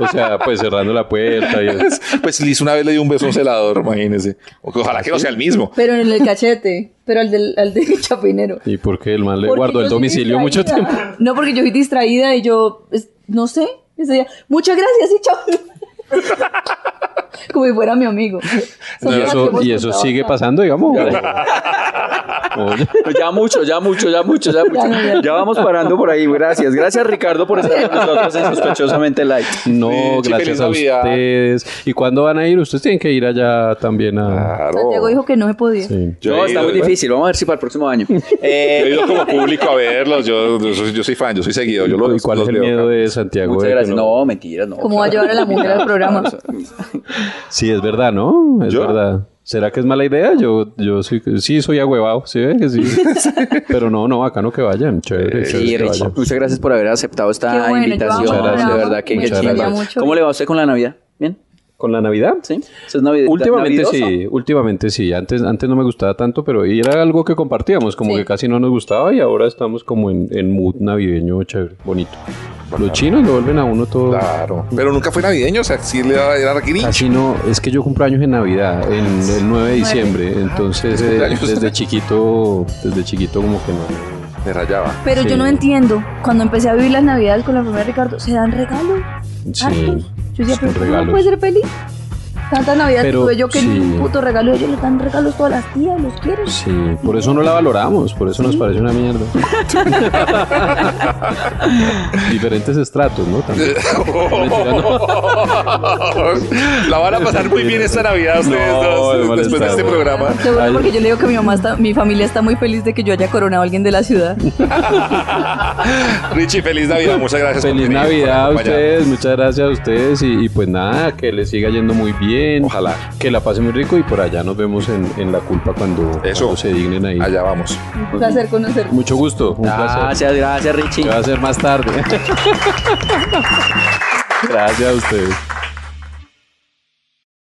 Speaker 3: O sea, pues cerrando la puerta y eso.
Speaker 1: Pues Liz una vez le dio un beso a un celador, imagínense. Ojalá
Speaker 3: ¿Ah,
Speaker 1: que no sea el mismo.
Speaker 4: Pero en el cachete, pero al del, al del chapinero.
Speaker 3: ¿Y por qué el man le
Speaker 4: Porque
Speaker 3: guardó
Speaker 4: yo
Speaker 3: el
Speaker 4: soy
Speaker 3: domicilio mucho
Speaker 4: distraída.
Speaker 3: tiempo?
Speaker 4: No, porque yo fui distraída y yo, es- no sé, ese día, muchas gracias y chao. Como si fuera mi amigo. Son
Speaker 3: Y
Speaker 4: cosas que
Speaker 3: eso,
Speaker 4: hemos
Speaker 3: y eso
Speaker 4: contado
Speaker 3: sigue
Speaker 4: acá.
Speaker 3: pasando, digamos. Oye.
Speaker 5: Ya mucho, ya mucho, ya mucho, ya mucho.
Speaker 4: Ya, ya, ya.
Speaker 5: Ya vamos parando por ahí. Gracias. Gracias, Ricardo, por estar con nosotros en Sospechosamente Light.
Speaker 3: No,
Speaker 1: Sí, feliz
Speaker 3: gracias a
Speaker 1: Navidad.
Speaker 3: ustedes. ¿Y cuándo van a ir? Ustedes tienen que ir allá también a...
Speaker 1: Claro.
Speaker 4: Santiago dijo que no se podía.
Speaker 3: Sí.
Speaker 1: Yo
Speaker 5: no,
Speaker 1: he
Speaker 5: está
Speaker 1: ido,
Speaker 5: muy
Speaker 1: ¿verdad?
Speaker 5: difícil. Vamos a ver si para el próximo año.
Speaker 1: Yo he
Speaker 5: Eh,
Speaker 1: ido como público a verlos. Yo, yo soy, yo soy fan, yo soy seguido. Yo lo,
Speaker 3: ¿Y cuál
Speaker 1: los
Speaker 3: es el
Speaker 1: veo acá.
Speaker 3: miedo de Santiago?
Speaker 5: muchas
Speaker 3: de que
Speaker 5: gracias.
Speaker 3: no-
Speaker 5: No, mentiras, no.
Speaker 4: ¿Cómo va a
Speaker 5: claro.
Speaker 4: llevar a la mujer al programa?
Speaker 3: Sí, es verdad, ¿no? Es
Speaker 1: ¿Yo?
Speaker 3: verdad. ¿Será que es mala idea? Yo, yo soy, sí soy agüevado, ¿sí ven que sí? Pero no, no, acá no que vayan. Chévere, chévere
Speaker 5: Sí,
Speaker 3: que
Speaker 5: Rich,
Speaker 3: vayan.
Speaker 5: muchas gracias por haber aceptado
Speaker 4: Qué
Speaker 5: esta
Speaker 4: bueno, yo
Speaker 5: invitación.
Speaker 3: el
Speaker 4: amo
Speaker 5: de
Speaker 3: programa,
Speaker 5: verdad que
Speaker 3: me
Speaker 5: qué
Speaker 3: chimba
Speaker 5: chimba.
Speaker 4: mucho.
Speaker 5: ¿Cómo le va a usted con la Navidad? ¿Bien?
Speaker 3: ¿Con la Navidad? Eh,
Speaker 5: ¿Sí? ¿Eso es Navidad?
Speaker 3: Últimamente
Speaker 5: navidoso?
Speaker 3: sí, últimamente sí. Antes, antes no me gustaba tanto, pero y era algo que compartíamos, como
Speaker 4: Sí.
Speaker 3: que casi no nos gustaba y ahora estamos como en, en mood navideño, chévere, bonito. Los chinos lo vuelven a uno todo.
Speaker 1: Claro. Pero nunca fue navideño, o sea, sí le daba- era requiricho.
Speaker 3: Casi no, es que yo cumplo años en Navidad, en el 9 de diciembre, entonces eh,
Speaker 1: Ah, cumpleaños.
Speaker 3: desde chiquito, desde chiquito como que no.
Speaker 1: Me rayaba.
Speaker 4: Pero yo
Speaker 3: Sí.
Speaker 4: no entiendo. Cuando empecé a vivir las navidades con la familia de Ricardo, ¿se dan regalos?
Speaker 1: Ah,
Speaker 3: Sí,
Speaker 4: hartos? Yo decía,
Speaker 3: son
Speaker 4: pero ¿cómo no
Speaker 3: regalos.
Speaker 4: puede ser feliz? Tantas navidades que
Speaker 3: Pero,
Speaker 4: tuve yo que ni
Speaker 3: sí.
Speaker 4: un puto regalo. Ellos les dan regalos todas las tías, los quieren.
Speaker 3: Sí, por eso no la valoramos, por eso nos parece una mierda. Diferentes estratos, ¿no? También.
Speaker 1: Oh.
Speaker 3: mentira,
Speaker 1: La van a pasar muy bien esta Navidad ustedes
Speaker 3: No,
Speaker 1: dos,
Speaker 3: me
Speaker 1: después de
Speaker 3: molestaron.
Speaker 1: este programa.
Speaker 4: Seguro
Speaker 3: Ay.
Speaker 4: porque yo le digo que mi mamá está, mi familia está muy feliz de que yo haya coronado a alguien de la ciudad.
Speaker 1: Richie, feliz Navidad. Muchas gracias. por
Speaker 3: Feliz
Speaker 1: venir, por
Speaker 3: Navidad a
Speaker 1: acompañarnos.
Speaker 3: ustedes, muchas gracias a ustedes y, y pues nada, que les siga yendo muy bien.
Speaker 1: Ojalá.
Speaker 3: Que la pasen muy rico y por allá nos vemos en, en la culpa cuando,
Speaker 1: Eso.
Speaker 3: cuando se dignen ahí.
Speaker 1: Allá Ah, vamos.
Speaker 4: Un placer conocerlos.
Speaker 3: Mucho gusto, un
Speaker 5: Ah,
Speaker 3: placer.
Speaker 5: Gracias, gracias, Richie.
Speaker 3: ¿Qué va a hacer más tarde? gracias a ustedes.